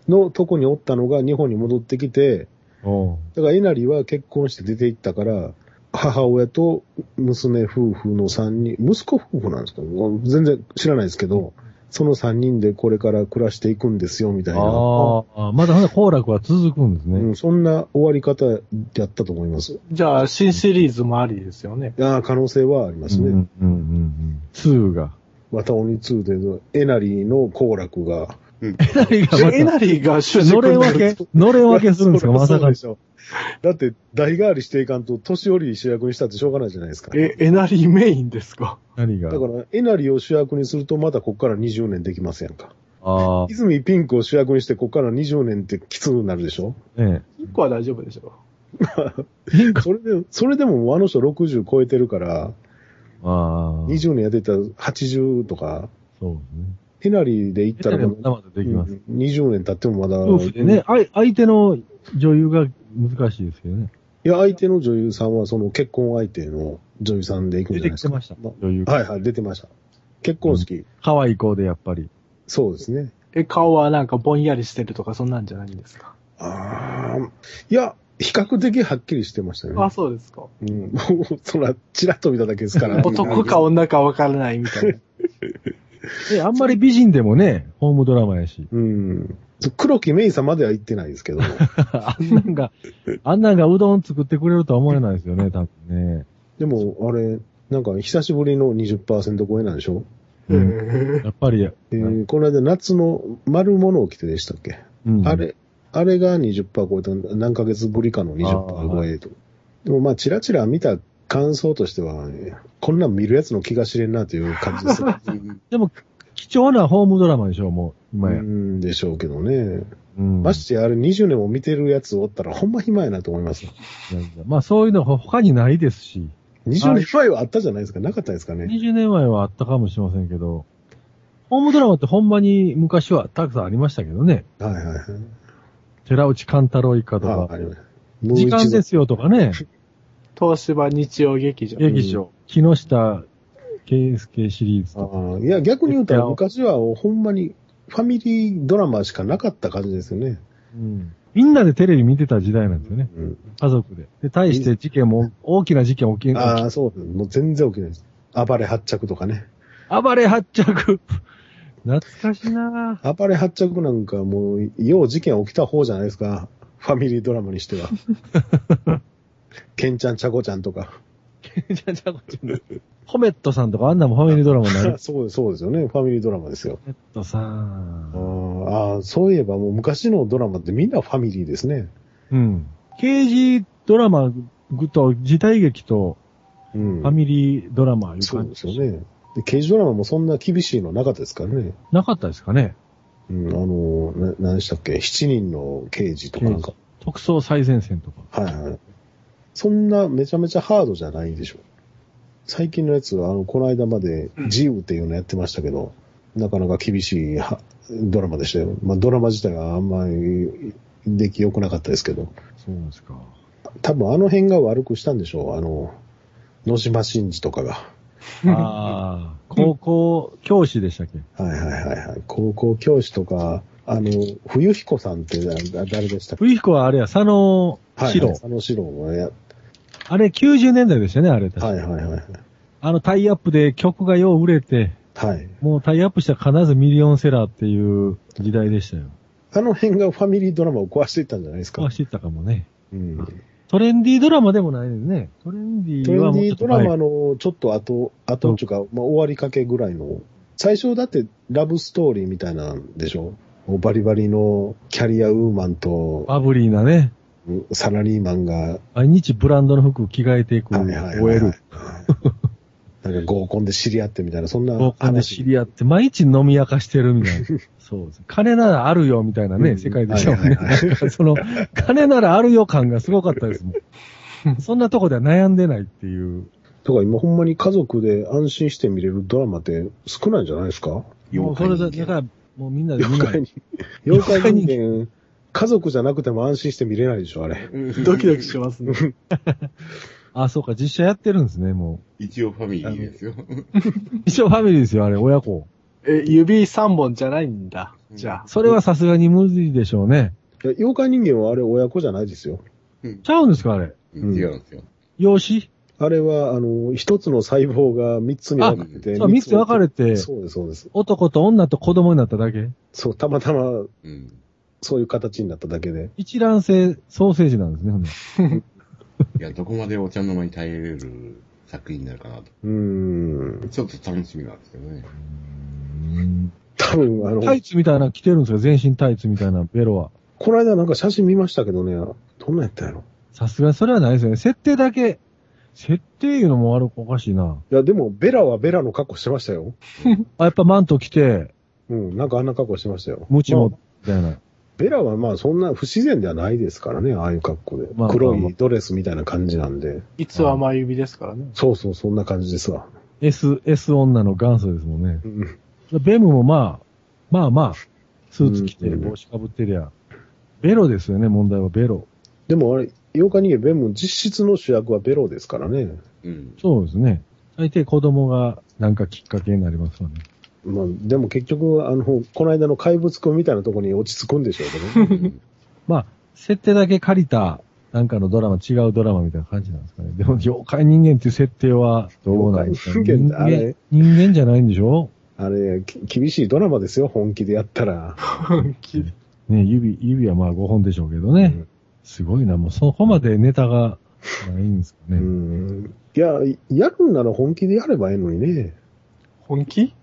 S2: のとこにおったのが日本に戻ってきて、
S1: おう
S2: だからえなりは結婚して出て行ったから、母親と娘夫婦の3人、息子夫婦なんですか全然知らないですけど、その3人でこれから暮らしていくんですよ、みたいな。
S1: ああ、まだまだ幸楽は続くんです
S2: う
S1: ね。
S2: ん、そんな終わり方やったと思います。
S3: じゃあ、新シリーズもありですよね。
S2: ああ、可能性はありますね。
S1: うんうんうんうん。2が。
S2: ワタオニ2で、えなりの幸楽が。
S1: えなりがま
S3: え
S1: た、
S3: なりが主
S1: の
S3: 軸
S1: れん分 けのれん分けするんですか、まさ
S2: そう
S1: か
S2: で。しょ。だって、代替わりしていかんと、年寄り主役にしたってしょうがないじゃないですか。だ
S3: え、えなりメインですか
S1: 何が。
S2: から、えなりを主役にすると、またこっから20年できますやんか。
S1: あ
S2: 泉ピンクを主役にして、こっから20年ってきつくなるでし ょ
S1: あ、ね
S3: 一個は大丈夫でしょ
S2: それで、それでもあの人60超えてるから、
S1: え。ああ。
S2: 20年やってたら80とか、
S1: そうですね。
S2: えなりで行っ
S1: え
S2: た
S1: な
S2: ら
S1: り
S2: で
S1: は
S2: も
S1: まだまだできます。
S2: うん20年経ってもまだ。
S1: 夫婦でね、あい相手の女優が難しいですけどね。
S2: いや、相手の女優さんは、その結婚相手の女優さんで行くんじ
S1: 出
S2: ゃな
S1: て
S2: いで
S1: き
S2: す
S1: て
S2: か。
S1: ました。女優。
S2: はいはい、出てました。結婚式、
S1: 可愛い子でやっぱり。
S2: そうですね。
S3: え、顔はなんかぼんやりしてるとかそんなんじゃないんですか
S2: ああ、いや、比較的はっきりしてましたね。
S3: あ、そうですか。
S2: うん、 もう、そら、ちらっと見ただけですから。
S3: 男か女かわからないみたい な。
S1: え、あんまり美人でもね、ホームドラマや し。
S2: うん。黒木メイさんまでは行ってないですけど。
S1: あんなんが、あんなんがうどん作ってくれるとは思えないですよね、多分ね。
S2: でも、あれ、なんか、久しぶりの20%超えなんでしょ、
S1: うん、
S3: へ
S1: やっぱり、
S2: えーこの間、夏の丸物を着てでしたっけ、
S1: うん
S2: あれ、あれが20%超えた、何ヶ月ぶりかの20%超えと。でもまあ、チラチラ見た感想としては、こんなん見るやつの気が知れんなという感 じでする
S1: でも、貴重なホームドラマでしょ、もう、今や。
S2: んでしょうけどね。
S1: うん
S2: ましてや、あれ20年も見てるやつおったら、ほんま暇やなと思います。
S1: いやいやまあ、そういうのほ他にないですし、
S2: 20年前はあったじゃないですか、なかったですかね。
S1: 20年前はあったかもしれませんけど、ホームドラマってほんまに昔はたくさんありましたけどね。
S2: はいはいはい。
S1: 寺内勘太郎一家と
S2: あ、
S1: か
S2: あ、りました。
S1: 時間ですよとかね、
S3: 東芝日曜劇場。
S1: 劇場、木下圭介シリーズとか。
S2: ああいや、逆に言うたら、昔はほんまにファミリードラマしかなかった感じですよね。
S1: うんみんなでテレビ見てた時代なんですよね。
S2: うん、
S1: 家族で。で、対して事件も、大きな事件起き、
S2: ああ、そう。もう全然起きないです。暴れ発着とかね。
S1: 暴れ発着。 懐かしいなぁ
S2: 暴れ発着なんか もう、よう事件起きた方じゃないですか。ファミリードラマにしては。ケンちゃん、ちゃこちゃんとか。
S1: じゃじゃこちゃん。 ホメットさんとかあんなもんファミリードラマに なる。ホ
S2: そうそうですよね。ファミリードラマですよ。
S1: メットさ
S2: あ
S1: ん。
S2: ーあー、そういえばもう昔のドラマってみんなファミリーですね。
S1: うん。刑事ドラマと時代劇と
S2: うん。
S1: ファミリードラマいう
S2: そう
S1: 感
S2: です
S1: じ、
S2: よね。で刑事ドラマもそんな厳しいのなかったですからね。
S1: なかったですかね。
S2: うん、あの、な何でしたっけ、七人の刑事とかなんか。
S1: 特捜最前線とか。
S2: はいはい。そんなめちゃめちゃハードじゃないでしょ。最近のやつは、あの、この間まで自由っていうのやってましたけど、なかなか厳しいはドラマでしたよ。まあドラマ自体があんまり出来良くなかったですけど、
S1: そうですか。
S2: 多分あの辺が悪くしたんでしょう。あの、野島真司とかが。
S1: ああ、 高校教師でしたっけ
S2: はいはいはいはい。高校教師とか、あの、冬彦さんってだ誰でしたっけ
S1: 冬彦はあれや、佐野
S2: はい
S1: 史郎。
S2: はいあの白もや、
S1: あれ90年代でしたね、あれ。確か
S2: はいはいはい。
S1: あのタイアップで曲がよう売れて、
S2: はい。
S1: もうタイアップしたら必ずミリオンセラーっていう時代でしたよ。
S2: あの辺がファミリードラマを壊していったんじゃないですか
S1: 壊。してたかもね。
S2: うん。
S1: トレンディードラマでもないですね。トレンディ
S2: ト
S1: ー
S2: レン
S1: は
S2: デ
S1: もう
S2: ィ
S1: ちょ
S2: ー
S1: っと
S2: ドラ
S1: 前
S2: マのちょっと後、後っていうか、まあ終わりかけぐらいの、最初だってラブストーリーみたいなんでしょもうバリバリのキャリアウーマンと
S1: バブリーなね。
S2: サラリーマンが、
S1: 毎日ブランドの服着替えていく
S2: はいはいはいはい
S1: OL。
S2: なんか合コンで知り合ってみたいな、そんな
S1: 合コンで知り合って、毎日飲み明かしてるみたいな。そうです。金ならあるよ、みたいな
S2: う
S1: ね、
S2: ん
S1: 世界でしょう
S2: はい
S1: ね。
S2: はいはい
S1: なんかその、金ならあるよ感がすごかったですも ん。そんなとこでは悩んでないっていう。
S2: とか今ほんまに家族で安心して見れるドラマって少ないんじゃないですか
S1: もうそれだだから、もうみんなで見
S2: 妖
S1: な
S2: 怪
S1: い。
S2: 人妖怪人間、家族じゃなくても安心して見れないでしょ、あれ。
S3: ドキドキしますね。
S1: あ、そうか、実写やってるんですね、も
S5: 一応ファミリーですよ。
S1: う。一応ファミリーですよ、あれ、親子。
S3: え、指3本じゃないんだ。じゃあ。
S1: それはさすがに無理でしょうね。
S2: いや妖怪人間はあれ親子じゃないですよ。
S1: ちゃうんですか、あれ。
S5: 違
S2: ん
S5: うんですよ。
S1: 養子
S2: あれは、あの、一つの細胞が三つに分かれて。
S1: そう、三つ分かれて、
S2: そうです、そうです。
S1: 男と女と子供になっただけ。
S2: そう、たまたま、
S5: うん。
S2: そういう形になっただけで。
S1: 一卵性ソーセージなんですね、ほんなら
S5: いや、どこまでお茶の間に耐えれる作品になるかなと。
S2: うーん。
S5: ちょっと楽しみなんですけどね。
S2: 多分、あの、
S1: タイツみたいなの着てるんですよ、全身タイツみたいなベロは。
S2: この間なんか写真見ましたけどね、どんなんやったんやろ。
S1: さすがにそれはないですよね。設定だけ、設定いうのも悪くおかしいな。
S2: いや、でも、ベラはベラの格好してましたよ。
S1: あ、やっぱマント着て、
S2: うん、なんかあんな格好してましたよ。
S1: ムチ
S2: ま
S1: も
S2: あ、
S1: みたいな。
S2: ベラはまあ、そんな不自然ではないですからね、ああいう格好で。
S1: まあ
S2: 黒いドレスみたいな感じなんで。
S3: いつは甘い指ですからね。
S2: そうそう、そんな感じですわ。
S1: S、S 女の元祖ですもんね。
S2: うん
S1: ベムもまあ、まあまあ、スーツ着て、
S2: うん
S1: 帽子かぶってりゃ。ベロですよね、問題はベロ。
S2: でもあれ、妖怪人間ベンも実質の主役はベロですからね。
S5: うん。
S1: そうですね。大抵子供がなんかきっかけになりますよね。
S2: まあ、でも結局、あの、この間の怪物くんみたいなところに落ち着くんでしょうけ どね。
S5: うん
S1: まあ、設定だけ借りた、なんかのドラマ、違うドラマみたいな感じなんですかね。でも、妖怪人間っていう設定は、どうなんですかね
S2: 妖怪人間ってあ
S1: 人間
S2: れ
S1: 人間じゃないんでしょ
S2: あれ、き厳しいドラマですよ、本気でやったら。
S1: ね、指、指はまあ5本でしょうけどね。
S2: うん
S1: すごいな、もうそこまでネタがないんですか
S2: う
S1: ね。
S2: ん。いや、やるんなら本気でやればいいのにね。
S3: 本気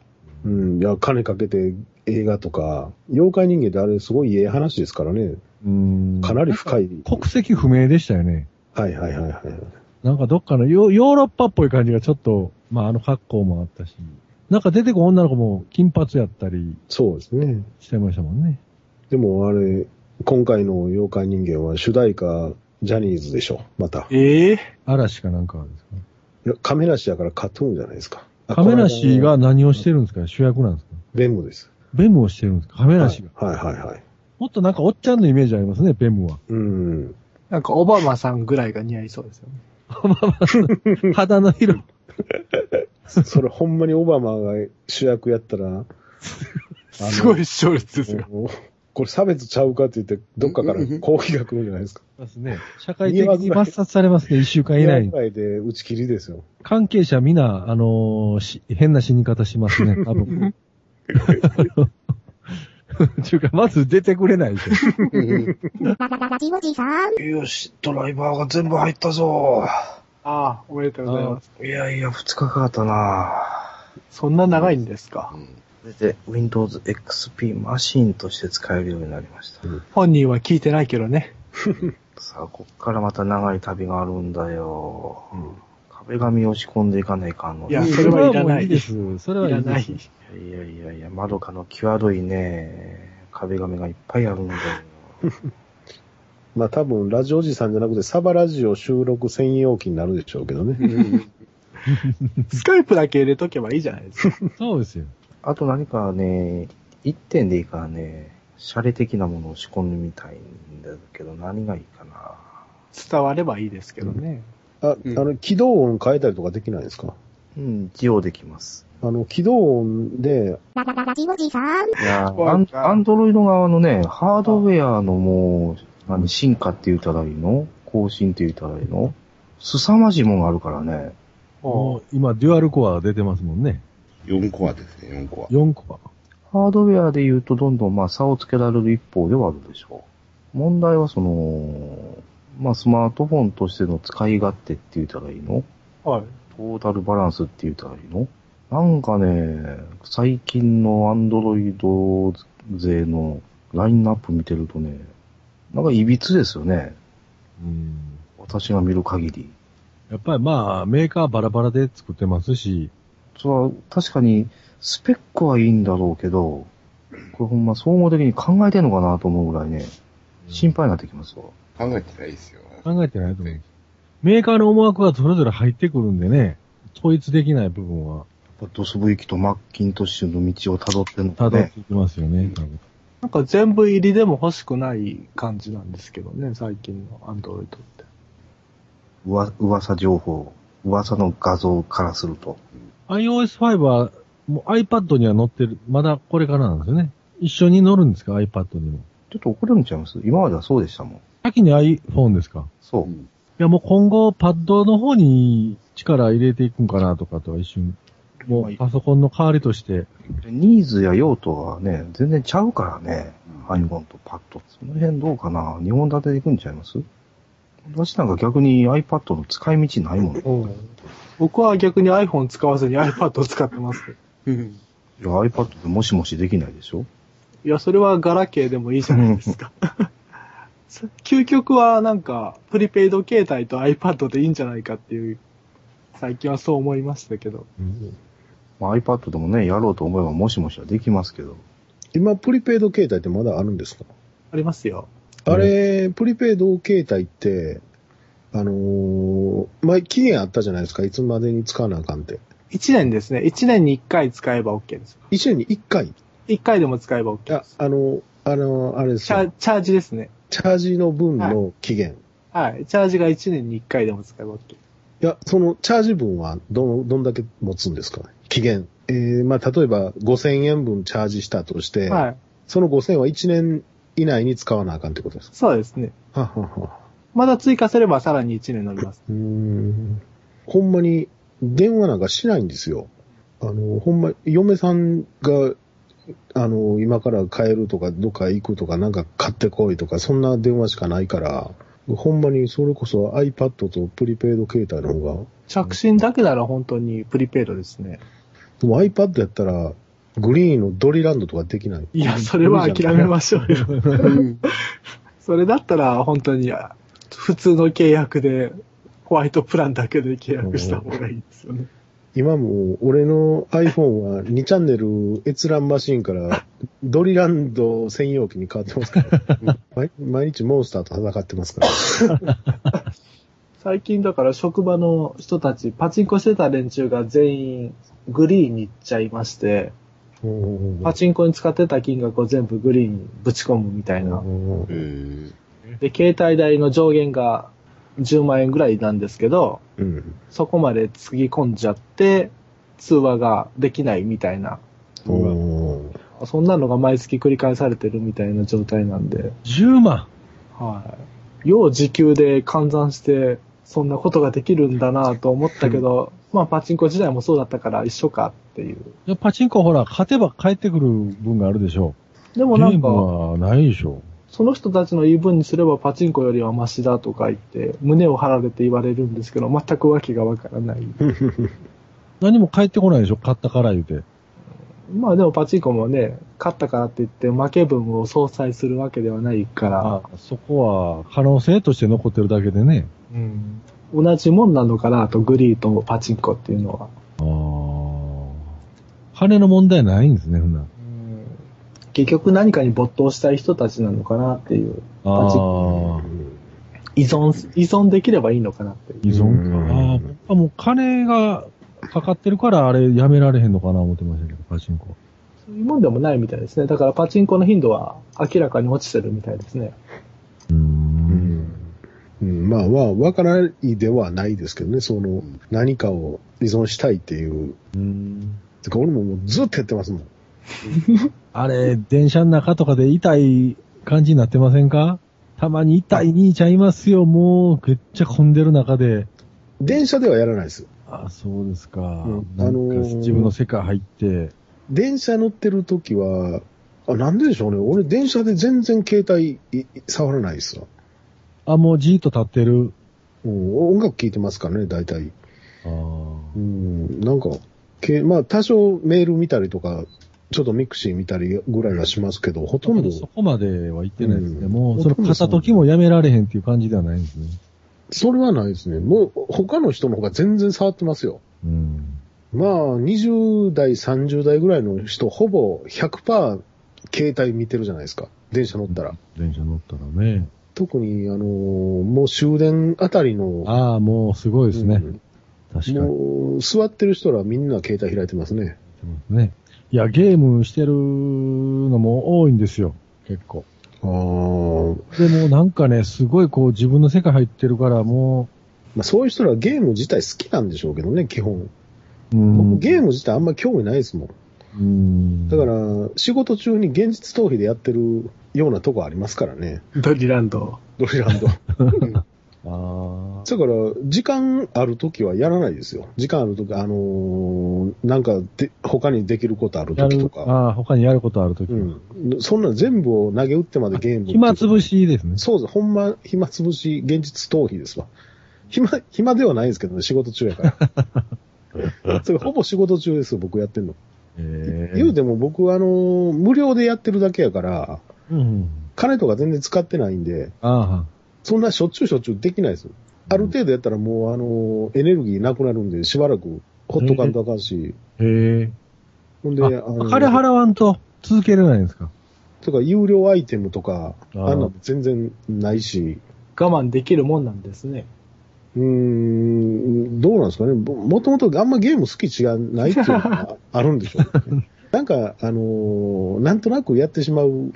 S2: うん。いや、金かけて映画とか、妖怪人間ってあれすごいええ話ですからね。
S1: うん。
S2: かなり深い。
S1: 国籍不明でしたよね。
S2: はいはいはいはい。
S1: なんかどっかのヨヨーロッパっぽい感じがちょっと、まああの格好もあったし、なんか出てくる女の子も金髪やったり
S2: そうですね。
S1: してましたもんね。
S2: でもあれ、今回の妖怪人間は主題歌、ジャニーズでしょ、また。
S3: ええ
S1: 嵐かなんかですかね
S2: いや、亀梨やからカトゥーンじゃないですか。あ
S1: 亀梨。
S2: この間
S1: が
S2: の
S1: 何をしてるんですか主役なんですか
S2: ベムです。
S1: ベムをしてるんですか亀梨が、
S2: はいはいはいはい。
S1: もっとなんかおっちゃんのイメージありますね、ベムは。
S2: うん。
S3: なんかオバマさんぐらいが似合いそうですよね。
S1: 肌の色。
S2: それほんまにオバマが主役やったら、の
S3: すごい視聴率ですよ。
S2: もうこれ差別ちゃうかって言って、どっかから抗議が来るんじゃないですか。
S1: ますね。社会的に抹殺されますね、一週間以内
S2: ぐ
S1: に。
S2: らいで打ち切りですよ。
S1: 関係者みな、あ のーし変な死に方しますね、多分。ちゅうか、まず出てくれないでしょ。
S6: ララララジオジさん。
S7: よし、ドライバーが全部入ったぞ。
S3: ああ、おめでとうございます。
S7: いやいや、二日かかったな。
S3: そんな長いんですか。
S4: それで、Windows XP マシンとして使えるようになりました。
S3: 本人は聞いてないけどね。
S4: さあ、こっからまた長い旅があるんだよ。壁紙押し込んでいかないかんの
S3: いや
S4: い
S3: それはいらない
S1: それはもういいです。それはいい
S3: ら
S1: い
S3: な
S1: で
S3: い
S1: す。。
S4: やいやいや、窓かの際どいね、壁紙がいっぱいあるんだよ。
S2: まあ多分、ラジオおじさんじゃなくて、サバラジオ収録専用機になるでしょうけどね。
S3: スカイプだけ入れとけばいいじゃないですか。
S1: そうですよ。
S4: あと何かね、一点でいいからね、シャレ的なものを仕込んでみたいんだけど、何がいいかな。
S3: 伝わればいいですけどね。
S2: あ、
S7: うん
S2: あの、起動音変えたりとかできないですか
S4: うん、一応できます。
S2: あの、起動音で、
S6: ララララジオジさん。
S4: いや
S3: わか
S4: アン、アンドロイド側のね、ハードウェアのもう、何、進化って言ったらいいの更新って言ったらいいの凄まじいもんがあるからね。
S1: もう今、デュアルコア出てますもんね。
S5: 4コアですね、4コア。
S1: 4コ
S4: ハードウェアで言うとどんどんまあ差をつけられる一方ではあるでしょう。問題はその、まあスマートフォンとしての使い勝手って言ったらいいの
S3: はい。
S4: トータルバランスって言ったらいいのなんかね、最近のアンドロイド勢のラインナップ見てるとね、なんか歪ですよね。
S1: ア。うん。
S4: 私が見る限り。
S1: やっぱりまあ、メーカーバラバラで作ってますし、
S4: それは確かにスペックはいいんだろうけど、これほんま総合的に考えてんのかなと思うぐらいね、心配になってきますわ。
S5: 考えてないですよ。
S1: 考えてないと思う。メーカーの思惑がそれぞれ入ってくるんでね、統一できない部分は、
S4: やっぱドスブイキとマッキントッシュの道を辿ってんの
S1: た
S4: か
S1: だ
S4: ね。
S1: ついてますよね、多分。
S3: なんか全部入りでも欲しくない感じなんですけどね、最近のアンドロイドって。
S4: うわ噂情報、噂の画像からすると。
S1: iOS5 は、もう iPad には載ってる。まだこれからなんですよね。一緒に乗るんですか ?iPad にも。
S4: ちょっと遅れるんちゃいます今まではそうでしたもん。
S1: 先に iPhone ですか
S4: そうう。
S5: ん
S1: いやもう今後パッドの方に力入れていくんかなとかとは一瞬。もうパソコンの代わりとして。
S4: ニーズや用途がね、全然ちゃうからね。
S5: うん
S4: iPhone と Pad。その辺どうかな日本立てでいくんちゃいます私なんか逆に iPad の使い道ないもん。い
S3: 僕は逆に iPhone 使わずに iPad を使ってますけど。
S4: や iPad でもしもしできないでしょ
S3: いや、それはガラケーでもいいじゃないですか。究極はなんか、プリペイド携帯と iPad でいいんじゃないかっていう、最近はそう思いましたけど。
S4: まあ、iPad でもね、やろうと思えばもしもしはできますけど。
S2: 今、プリペイド携帯ってまだあるんですか
S3: ありますよ。
S2: あれ、プリペイド携帯って、あのー前期限あったじゃないですか。いつまでに使わなあかんって。
S3: 1年ですね。1年に1回使えば OK です。
S2: 一年に一回。
S3: 1回でも使えば OK
S2: あ
S3: で、す。
S2: あの、あの、あれです
S3: チャ
S2: よ。
S3: チャージですね。
S2: チャージの分の期限。い、
S3: はい。チャージが1年に1回でも使えば OK。
S2: や、そのチャージ分はどの、どんだけ持つんですか期限。えー、まあ、例えば5000円分チャージしたとして、
S3: はい。
S2: その5000は1年以内に使わなあかんってことです
S3: そうですね。
S2: か。ははは。
S3: まだ追加すればさらに1年伸びます。
S2: うーんほんまに電話なんかしないんですよ。あの、ほんま、嫁さんが、あの、今から帰るとか、どっか行くとか、なんか買ってこいとか、そんな電話しかないから、ほんまにそれこそ iPad とプリペイド携帯の方が、
S3: 着信だけなら本当にプリペイドですね。
S2: でも iPad やったら、グリーンのドリランドとかできない。
S3: いや、それは諦めましょうよ。それだったら本当にあ普通の契約で、ホワイトプランだけで契約した方がいいですよね。
S2: 今もう、俺の iPhone は2チャンネル閲覧マシンから、ドリランド専用機に変わってますから。毎毎日モンスターと戦ってますから。
S3: 最近だから職場の人たち、パチンコしてた連中が全員グリーンに行っちゃいまして、パチンコに使ってた金額を全部グリーンにぶち込むみたいな。
S5: えー
S3: で、携帯代の上限が10万円ぐらいなんですけど、
S2: うん。
S3: そこまでつぎ込んじゃって、通話ができないみたいな。
S2: お
S3: そんなのが毎月繰り返されてるみたいな状態なんで、
S1: 10万
S3: はい。よう時給で換算して、そんなことができるんだなと思ったけど、まあパチンコ時代もそうだったから一緒かっていう。
S1: いやパチンコほら、勝てば帰ってくる分があるでしょ
S3: でも
S1: ゲ
S3: な
S1: ー
S3: んか、
S1: ムはないでしょ。
S3: その人たちの言い分にすればパチンコよりはマシだとか言って、胸を張られて言われるんですけど、全く訳がわからない。
S1: 何も返ってこないでしょ買ったから言うて。
S3: まあでもパチンコもね、勝ったからって言って負け分を相殺するわけではないから
S1: あ、そこは可能性として残ってるだけでね。
S3: うん同じもんなのかなと、グリーとパチンコっていうのは。
S1: ああ。金の問題ないんですね、ふんなら。
S3: 結局何かに没頭したい人たちなのかなっていう、パチン
S1: ああ。
S3: 依存す、依存できればいいのかなっていう。
S1: 依存
S2: う
S1: か。あ
S2: ん
S1: あ、僕はもう金がかかってるからあれやめられへんのかな思ってましたけど、パチンコ。
S3: そういうもんでもないみたいですね。だからパチンコの頻度は明らかに落ちてるみたいですね。
S1: うー。
S2: うんんうん、まあ、まあ、わからないではないですけどね、その、何かを依存したいっていう。
S1: うん
S2: てか、俺ももうずっとやってますもん。
S1: あれ、電車の中とかで痛い感じになってませんかたまに痛い兄ちゃんいますよ、もう、ぐっちゃ混んでる中で。
S2: 電車ではやらないです。
S1: あそうですか。
S2: ん
S1: なんか
S2: あのー
S1: 自分の世界入って、
S2: 電車乗ってる時は、あ、なんででしょうね。俺、電車で全然携帯い触らないですわ。
S1: あ、もうじーっと立ってる。
S2: うん、音楽聴いてますからね、大体。
S1: あ
S2: う
S1: ー
S2: ん、なんか、けまあ、多少メール見たりとか、ちょっとミクシー見たりぐらいはしますけど、ほとんど、
S1: そこまでは行ってないですね。
S2: うん
S1: もう、その片時もやめられへんっていう感じではないんですね。
S2: それはないですね。もう、他の人の方が全然触ってますよ。
S1: うん。
S2: まあ、20代、30代ぐらいの人、ほぼ100%携帯見てるじゃないですか。電車乗ったら。
S1: 電車乗ったらね。
S2: 特に、あのーもう終電あたりの、
S1: ああ、もうすごいですね。
S2: うん
S1: 確かに。
S2: もう座ってる人らみんな携帯開いてますね。
S1: ね。いや、ゲームしてるのも多いんですよ。結構。
S2: あー
S1: でもなんかね、すごいこう自分の世界入ってるからも
S2: まあ、そういう人らゲーム自体好きなんでしょうけどね、基本。
S1: う、うん
S2: 僕ゲーム自体あんま興味ないですもん。
S1: うん
S2: だから、仕事中に現実逃避でやってるようなとこありますからね。
S3: ドリランド。
S2: ドリ ランド。うん
S1: あ
S2: だから、時間あるときはやらないですよ。時間あるとき、あのーなんかで、他にできることある
S1: あ、や
S2: とき
S1: る
S2: と
S1: あ
S2: か。
S1: あ、他にやることあるとき、
S2: うん。そんな全部を投げ打ってまでゲーム。
S1: 暇つぶ。しですね。
S2: そうです。ほんま、暇つぶし、現実逃避ですわ。暇、暇ではないですけどね、仕事中 やから。それほぼ仕事中ですよ、僕やってんの。
S1: えー
S2: 言うても僕、あのー無料でやってるだけやから、
S1: うん。
S2: 金とか全然使ってないんで、
S1: あ
S2: そんなしょっちゅうしょっちゅうできないですよ。ある程度やったらもう、あの、エネルギーなくなるんで、しばらくほっとかんとあかんし。
S1: あ。へえ。
S2: ほんで、
S1: あ
S2: の
S1: 金払わんと続けれないんですか
S2: とか、有料アイテムとか、
S1: あ
S2: あ
S1: ー
S2: んなの全然ないし。
S3: 我慢できるもんなんですね。
S2: うーん、どうなんですかね。ももともとあんまゲーム好き違がないっていうの があるんでしょう、ね。なんか、あのーなんとなくやってしまう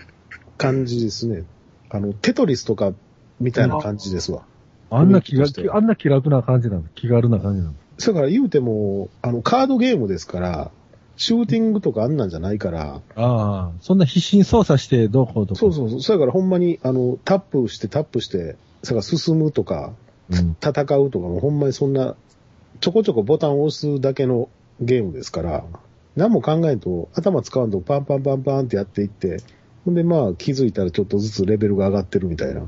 S2: 感じですね。あの、テトリスとかみたいな感じですわ。
S1: あんな気が
S2: 雰囲気として、は
S1: あんな気楽な感じなの気軽な感じなの
S2: だから言うても、あの、カードゲームですから、シューティングとかあんなんじゃないから、
S1: ああ、そんな必死に操作してどうこうとか。
S2: そうそうそう。そやからほんまに、あの、タップしてタップして、それから進むとか、
S1: うん。
S2: 戦うとかもほんまにそんな、ちょこちょこボタンを押すだけのゲームですから、何も考えんと、頭使わんとパンパンパンパンってやっていって、ほんでまあ気づいたらちょっとずつレベルが上がってるみたいな。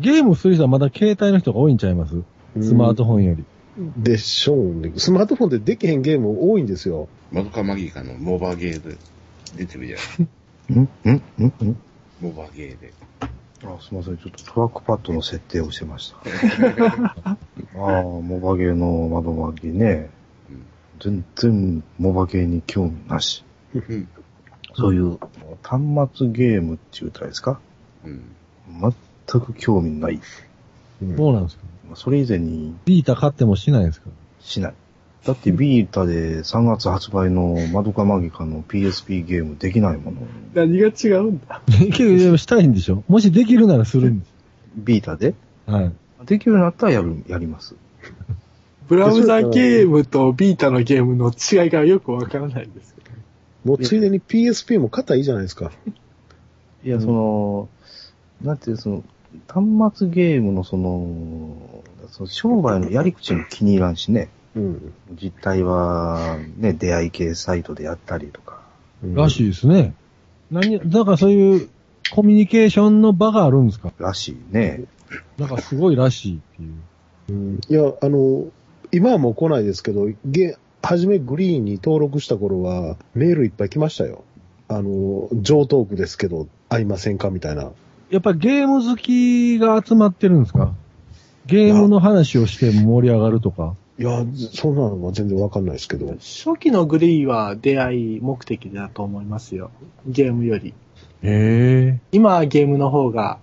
S1: ゲームする人はまだ携帯の人が多いんちゃいますスマートフォンより。
S2: うんでしょうね。スマートフォンでできへんゲーム多いんですよ。
S5: マドカマギカのモバゲーで出てるじゃ
S4: ん
S5: ない
S4: んんん
S5: モバゲーで。
S4: あ、すいません。ちょっとトラックパッドの設定をしてました。ああ、モバゲーの窓巻きね
S5: うん。
S4: 全然モバゲーに興味なし。
S5: うん。
S4: そういう端末ゲームって言うたらいいですか
S5: うん。
S4: 全く興味ない。
S2: うん
S1: そうなんですか
S4: それ以前に
S1: ビータ買ってもしないですか
S4: しない。だってビータで3月発売のマドカマギカの PSP ゲームできないもの。
S3: 何が違うんだ
S1: けど、でもしたいんでしょもしできるならするんです。
S4: ビータで
S1: はい。
S4: できるようになったらやる、やります。
S3: ブラウザゲームとビータのゲームの違いがよくわからないですけど。
S2: もうついでに PSP も肩いいじゃないですか。
S4: いや、その、なんていう、その、端末ゲームのその、その商売のやり口も気に入らんしね。
S2: うん。
S4: 実態は、ね、出会い系サイトでやったりとか。
S2: うん
S1: らしいですね。何、だからそういうコミュニケーションの場があるんですか
S4: らしいね。
S1: なんかすごいらしいっていう。
S2: うんいや、あの、今はもう来ないですけど、げ、初めグリーンに登録した頃は、メールいっぱい来ましたよ。あの、上トークですけど、会いませんかみたいな。
S1: やっぱりゲーム好きが集まってるんですかゲームの話をして盛り上がるとか。
S2: いや、そんなのは全然わかんないですけど。
S3: 初期のグリーンは出会い目的だと思いますよ。ゲームより。
S1: へえ。
S3: 今はゲームの方が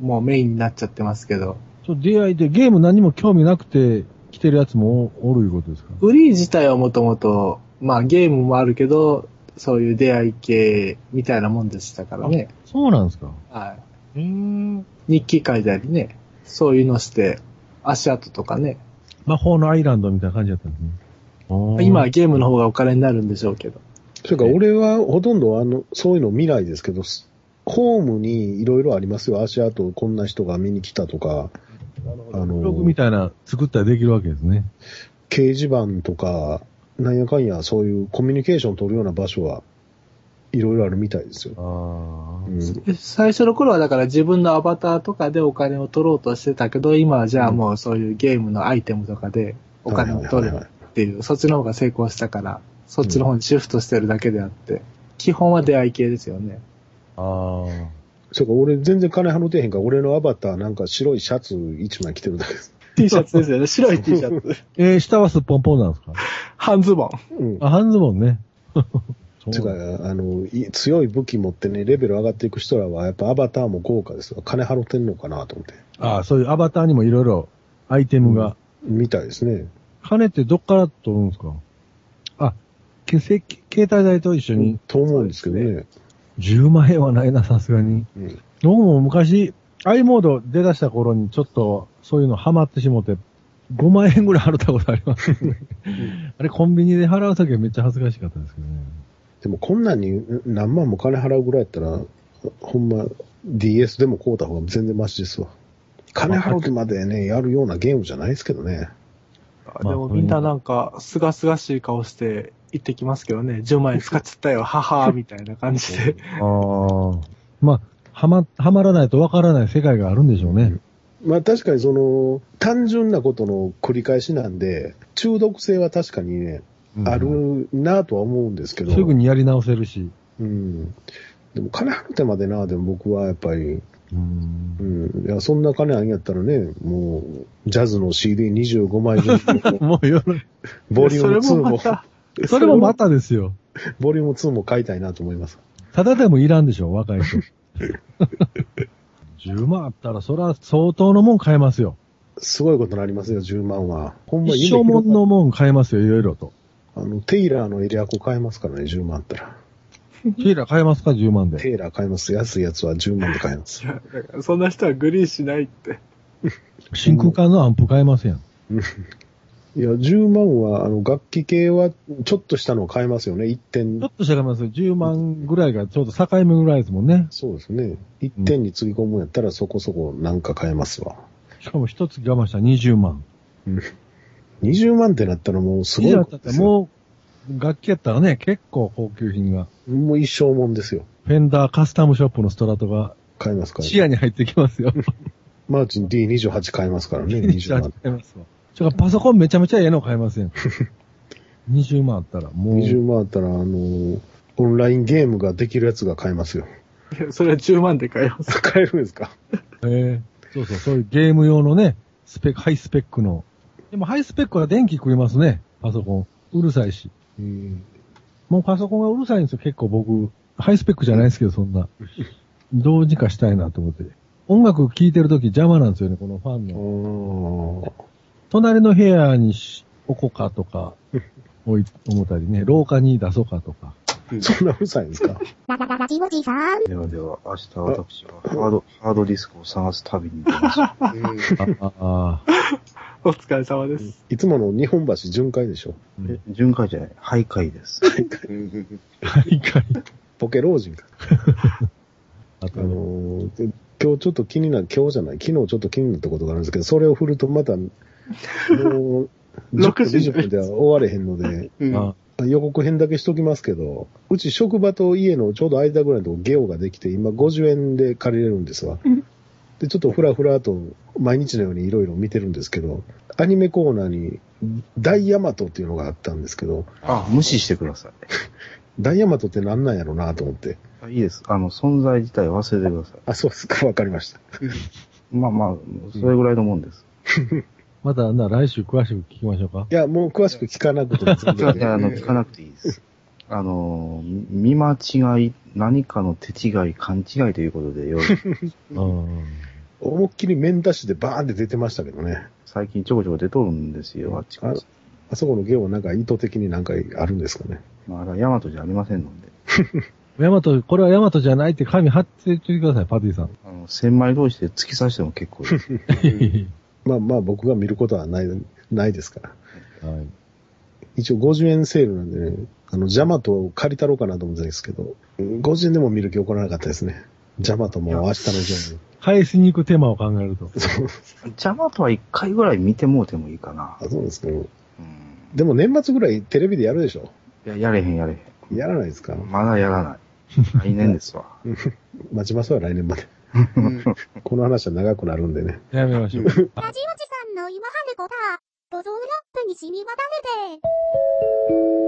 S3: もうメインになっちゃってますけど、
S1: そう、出会いでゲーム何も興味なくて来てるやつもおおるいうことですか
S3: グリーン自体はもともと、まあゲームもあるけど、そういう出会い系みたいなもんでしたからね。
S1: そうなんですか
S3: は
S1: うん。
S3: い。日記書いたりね、そういうのして、足跡とかね。
S1: 魔法のアイランドみたいな感じだったんですね。
S3: 今はゲームの方がお金になるんでしょうけど。
S2: それから俺はほとんどあの、そういうの見ないですけど、すホームにいろいろありますよ。足跡こんな人が見に来たとか、あ
S1: ブログ
S2: の、
S1: みたいな作ったりできるわけですね。
S2: 掲示板とか、なんやかんやそういうコミュニケーション取るような場所はいろいろあるみたいですよ。
S1: ああ
S2: うん
S3: 最初の頃はだから自分のアバターとかでお金を取ろうとしてたけど、今はじゃあもうそういうゲームのアイテムとかでお金を取る
S2: はいはいはいはい
S3: っていう、そっちの方が成功したから、そっちの方にシフトしてるだけであって、基本は出会い系ですよね。
S1: ああ。
S2: そうか、俺全然金払ってへんから、俺のアバターなんか白いシャツ一枚着てるだけです。
S3: T シャツですよね。白い T シャツ。
S1: えー、下はすっぽんぽんなんですか
S3: 半ズボン。
S2: うん。
S1: あ、半ズボンね。そ
S2: ていう
S1: う
S2: か、あの、い強い武器持ってね、レベル上がっていく人らは、やっぱアバターも豪華ですわ金払ってんのかなと思って。
S1: ああ、そういうアバターにもいろいろアイテムが。
S2: みたいですね。
S1: 金ってどっから取るんですかあ、けせ携帯代と一緒に。
S2: と思うんですけどね。
S1: 10万円はないな、さすがに。
S2: うん
S1: 僕も昔、i モード出だした頃にちょっとそういうのハマってしもて、5万円ぐらい払ったことあります、 あれコンビニで払うときはめっちゃ恥ずかしかったですけどね。
S2: でもこんなんにん何万も金払うぐらいやったら、ほんま DS でも買うた方が全然マシですわ。金払ってまでね、やるようなゲームじゃないですけどね。
S3: でもみんななんか、すがすがしい顔して行ってきますけどね。10万円使っちゃったよ、母みたいな感じで。
S1: ああ。まあ、はま、はまらないとわからない世界があるんでしょうね。
S2: まあ確かにその、単純なことの繰り返しなんで、中毒性は確かにね、
S1: うん
S2: あるなぁとは思うんですけど。
S1: すぐにやり直せるし。
S2: うん。でも金払ってまでな、でも僕はやっぱり、
S1: うん
S2: う。ん。いや、そんな金あんやったらね、もう、ジャズの CD25 枚分 と、
S1: もうよろ、
S2: ボリューム2
S3: それも
S2: も
S3: ま、た、
S1: それもまたですよ。
S2: ボリューム2も買いたいなと思います。
S1: ただでもいらんでしょ、若い 人。10万あったら、そら相当のもん買えますよ。
S2: すごいことになりますよ、10万は。ほんま
S1: 一生もんのもん買えますよ、いろいろと。
S2: あの、テイラーのエリアコ買えますからね、10万あったら。
S1: ティーラ買えますか、10万で。
S2: テイラー買えます。安いやつは10万で買えます。
S3: だからそんな人はグリーンしないって。
S1: 真空管のアンプ買えますやん。
S2: いや、10万は、あの、楽器系は、ちょっとしたのを買えますよね。1点
S1: ちょ、っとしたらますよ。10万ぐらいがちょうど境目ぐらいですもんね。
S2: そうですね。1点につぎ込むんやったら、そこそこなんか買えますわ。
S1: しかも一月我慢したら20万。
S2: 20万ってなったらもうすごい
S1: だっ
S2: こ
S1: た
S2: とで
S1: ら
S2: すよ。
S1: もう、楽器やったらね、結構高級品が。
S2: もう一生もんですよ。
S1: フェンダーカスタムショップのストラトが
S2: 買えますから、
S1: 視野に入ってきますよ。
S2: マーチン D28 買えます からね、20
S1: 28
S2: 万。
S1: 買いますわ。ちょっとパソコンめちゃめちゃええの買えません。20万あったら、もう。
S2: 20万あったら、あのーオンラインゲームができるやつが買えますよ。
S3: いやそれは10万で買いま す。
S2: 買えるんですか
S1: ええそうそう、そういうゲーム用のね、スペック、ハイスペックの。でもハイスペックは電気食いますね、パソコン。うるさいし。
S2: うん。
S1: もうパソコンがうるさいんですよ、結構僕。ハイスペックじゃないですけど、そんな。どうにかしたいなと思って。音楽聴いてるとき邪魔なんですよね、このファン
S2: あ
S1: の。
S2: ー
S1: 隣の部屋にし置こうかとか、置い、思ったりね、廊下に出そうかとか。
S2: そんなうるさいんですか
S6: ララララジオジさん。
S4: ではでは、明日私はハード、ハードディスクを探す旅に出ます。
S1: ああ
S3: お疲れ様です。
S2: いつもの日本橋巡回でしょ。
S4: え巡回じゃない、徘徊です。
S1: ー、はいかい。
S2: ポケ老人か。
S1: あ
S2: あ
S1: と、
S2: のーで今日ちょっと気になる、今日じゃない、昨日ちょっと気になったことがあるんですけど、それを振るとまた、もう、
S3: 6時
S2: 10分では終われへんので、
S1: あ
S2: 予告編だけしときますけど、うち職場と家のちょうど間ぐらいのとこゲオができて、今50円で借りれるんですわ。で、ちょっとふらふらと毎日のようにいろいろ見てるんですけど、アニメコーナーに大ヤマトっていうのがあったんですけど、
S4: あ、無視してください。
S2: 大ヤマトって何なんやろうなと思って。
S4: あいいです。あの、存在自体忘れてくださ
S2: あ、そうですか、わかりました。
S4: い。まあまあ、それぐらいのもんです。
S1: また、な、来週詳しく聞きましょうか。
S2: いや、もう詳しく聞かなくても全
S4: いや
S2: 然
S4: いやあ の、聞かなくていいです。あの、見間違い、何かの手違い、勘違いということで、よ
S1: うん。
S2: 思いっきり面出しでバーンって出てましたけどね。
S4: 最近ちょこちょこ出とるんですよ、あっちこっち。
S2: あそこのゲオなんか意図的になんかあるんですかね。
S4: まあ、あれはヤマトじゃありませんので。
S1: ヤマト、これはヤマトじゃないって紙貼っててください、パティさん。
S4: あの、千枚同士で突き刺しても結構です。
S2: まあまあ僕が見ることはない、ないですから。
S1: はい。
S2: 一応50円セールなんでね、あの、ジャマトを借りたろうかなと思ってたんですけど、50円でも見る気起こらなかったですね。ジャマトも明日のジョン
S1: 返しに行く手間を考えると。
S4: 邪魔とは一回ぐらい見てもうてもいいかな。
S2: あ、そうですけど。
S4: うん。
S2: でも年末ぐらいテレビでやるでしょ
S4: いや、やれへんやれへ
S2: やらないですか
S4: ん。まだやらない。来年ですわ。
S2: 待ちますわ、来年まで。 この話は長くなるんでね。
S1: やめましょう。
S6: ラジオジさんの今はねこだ。ごぞうラップに染み渡れて。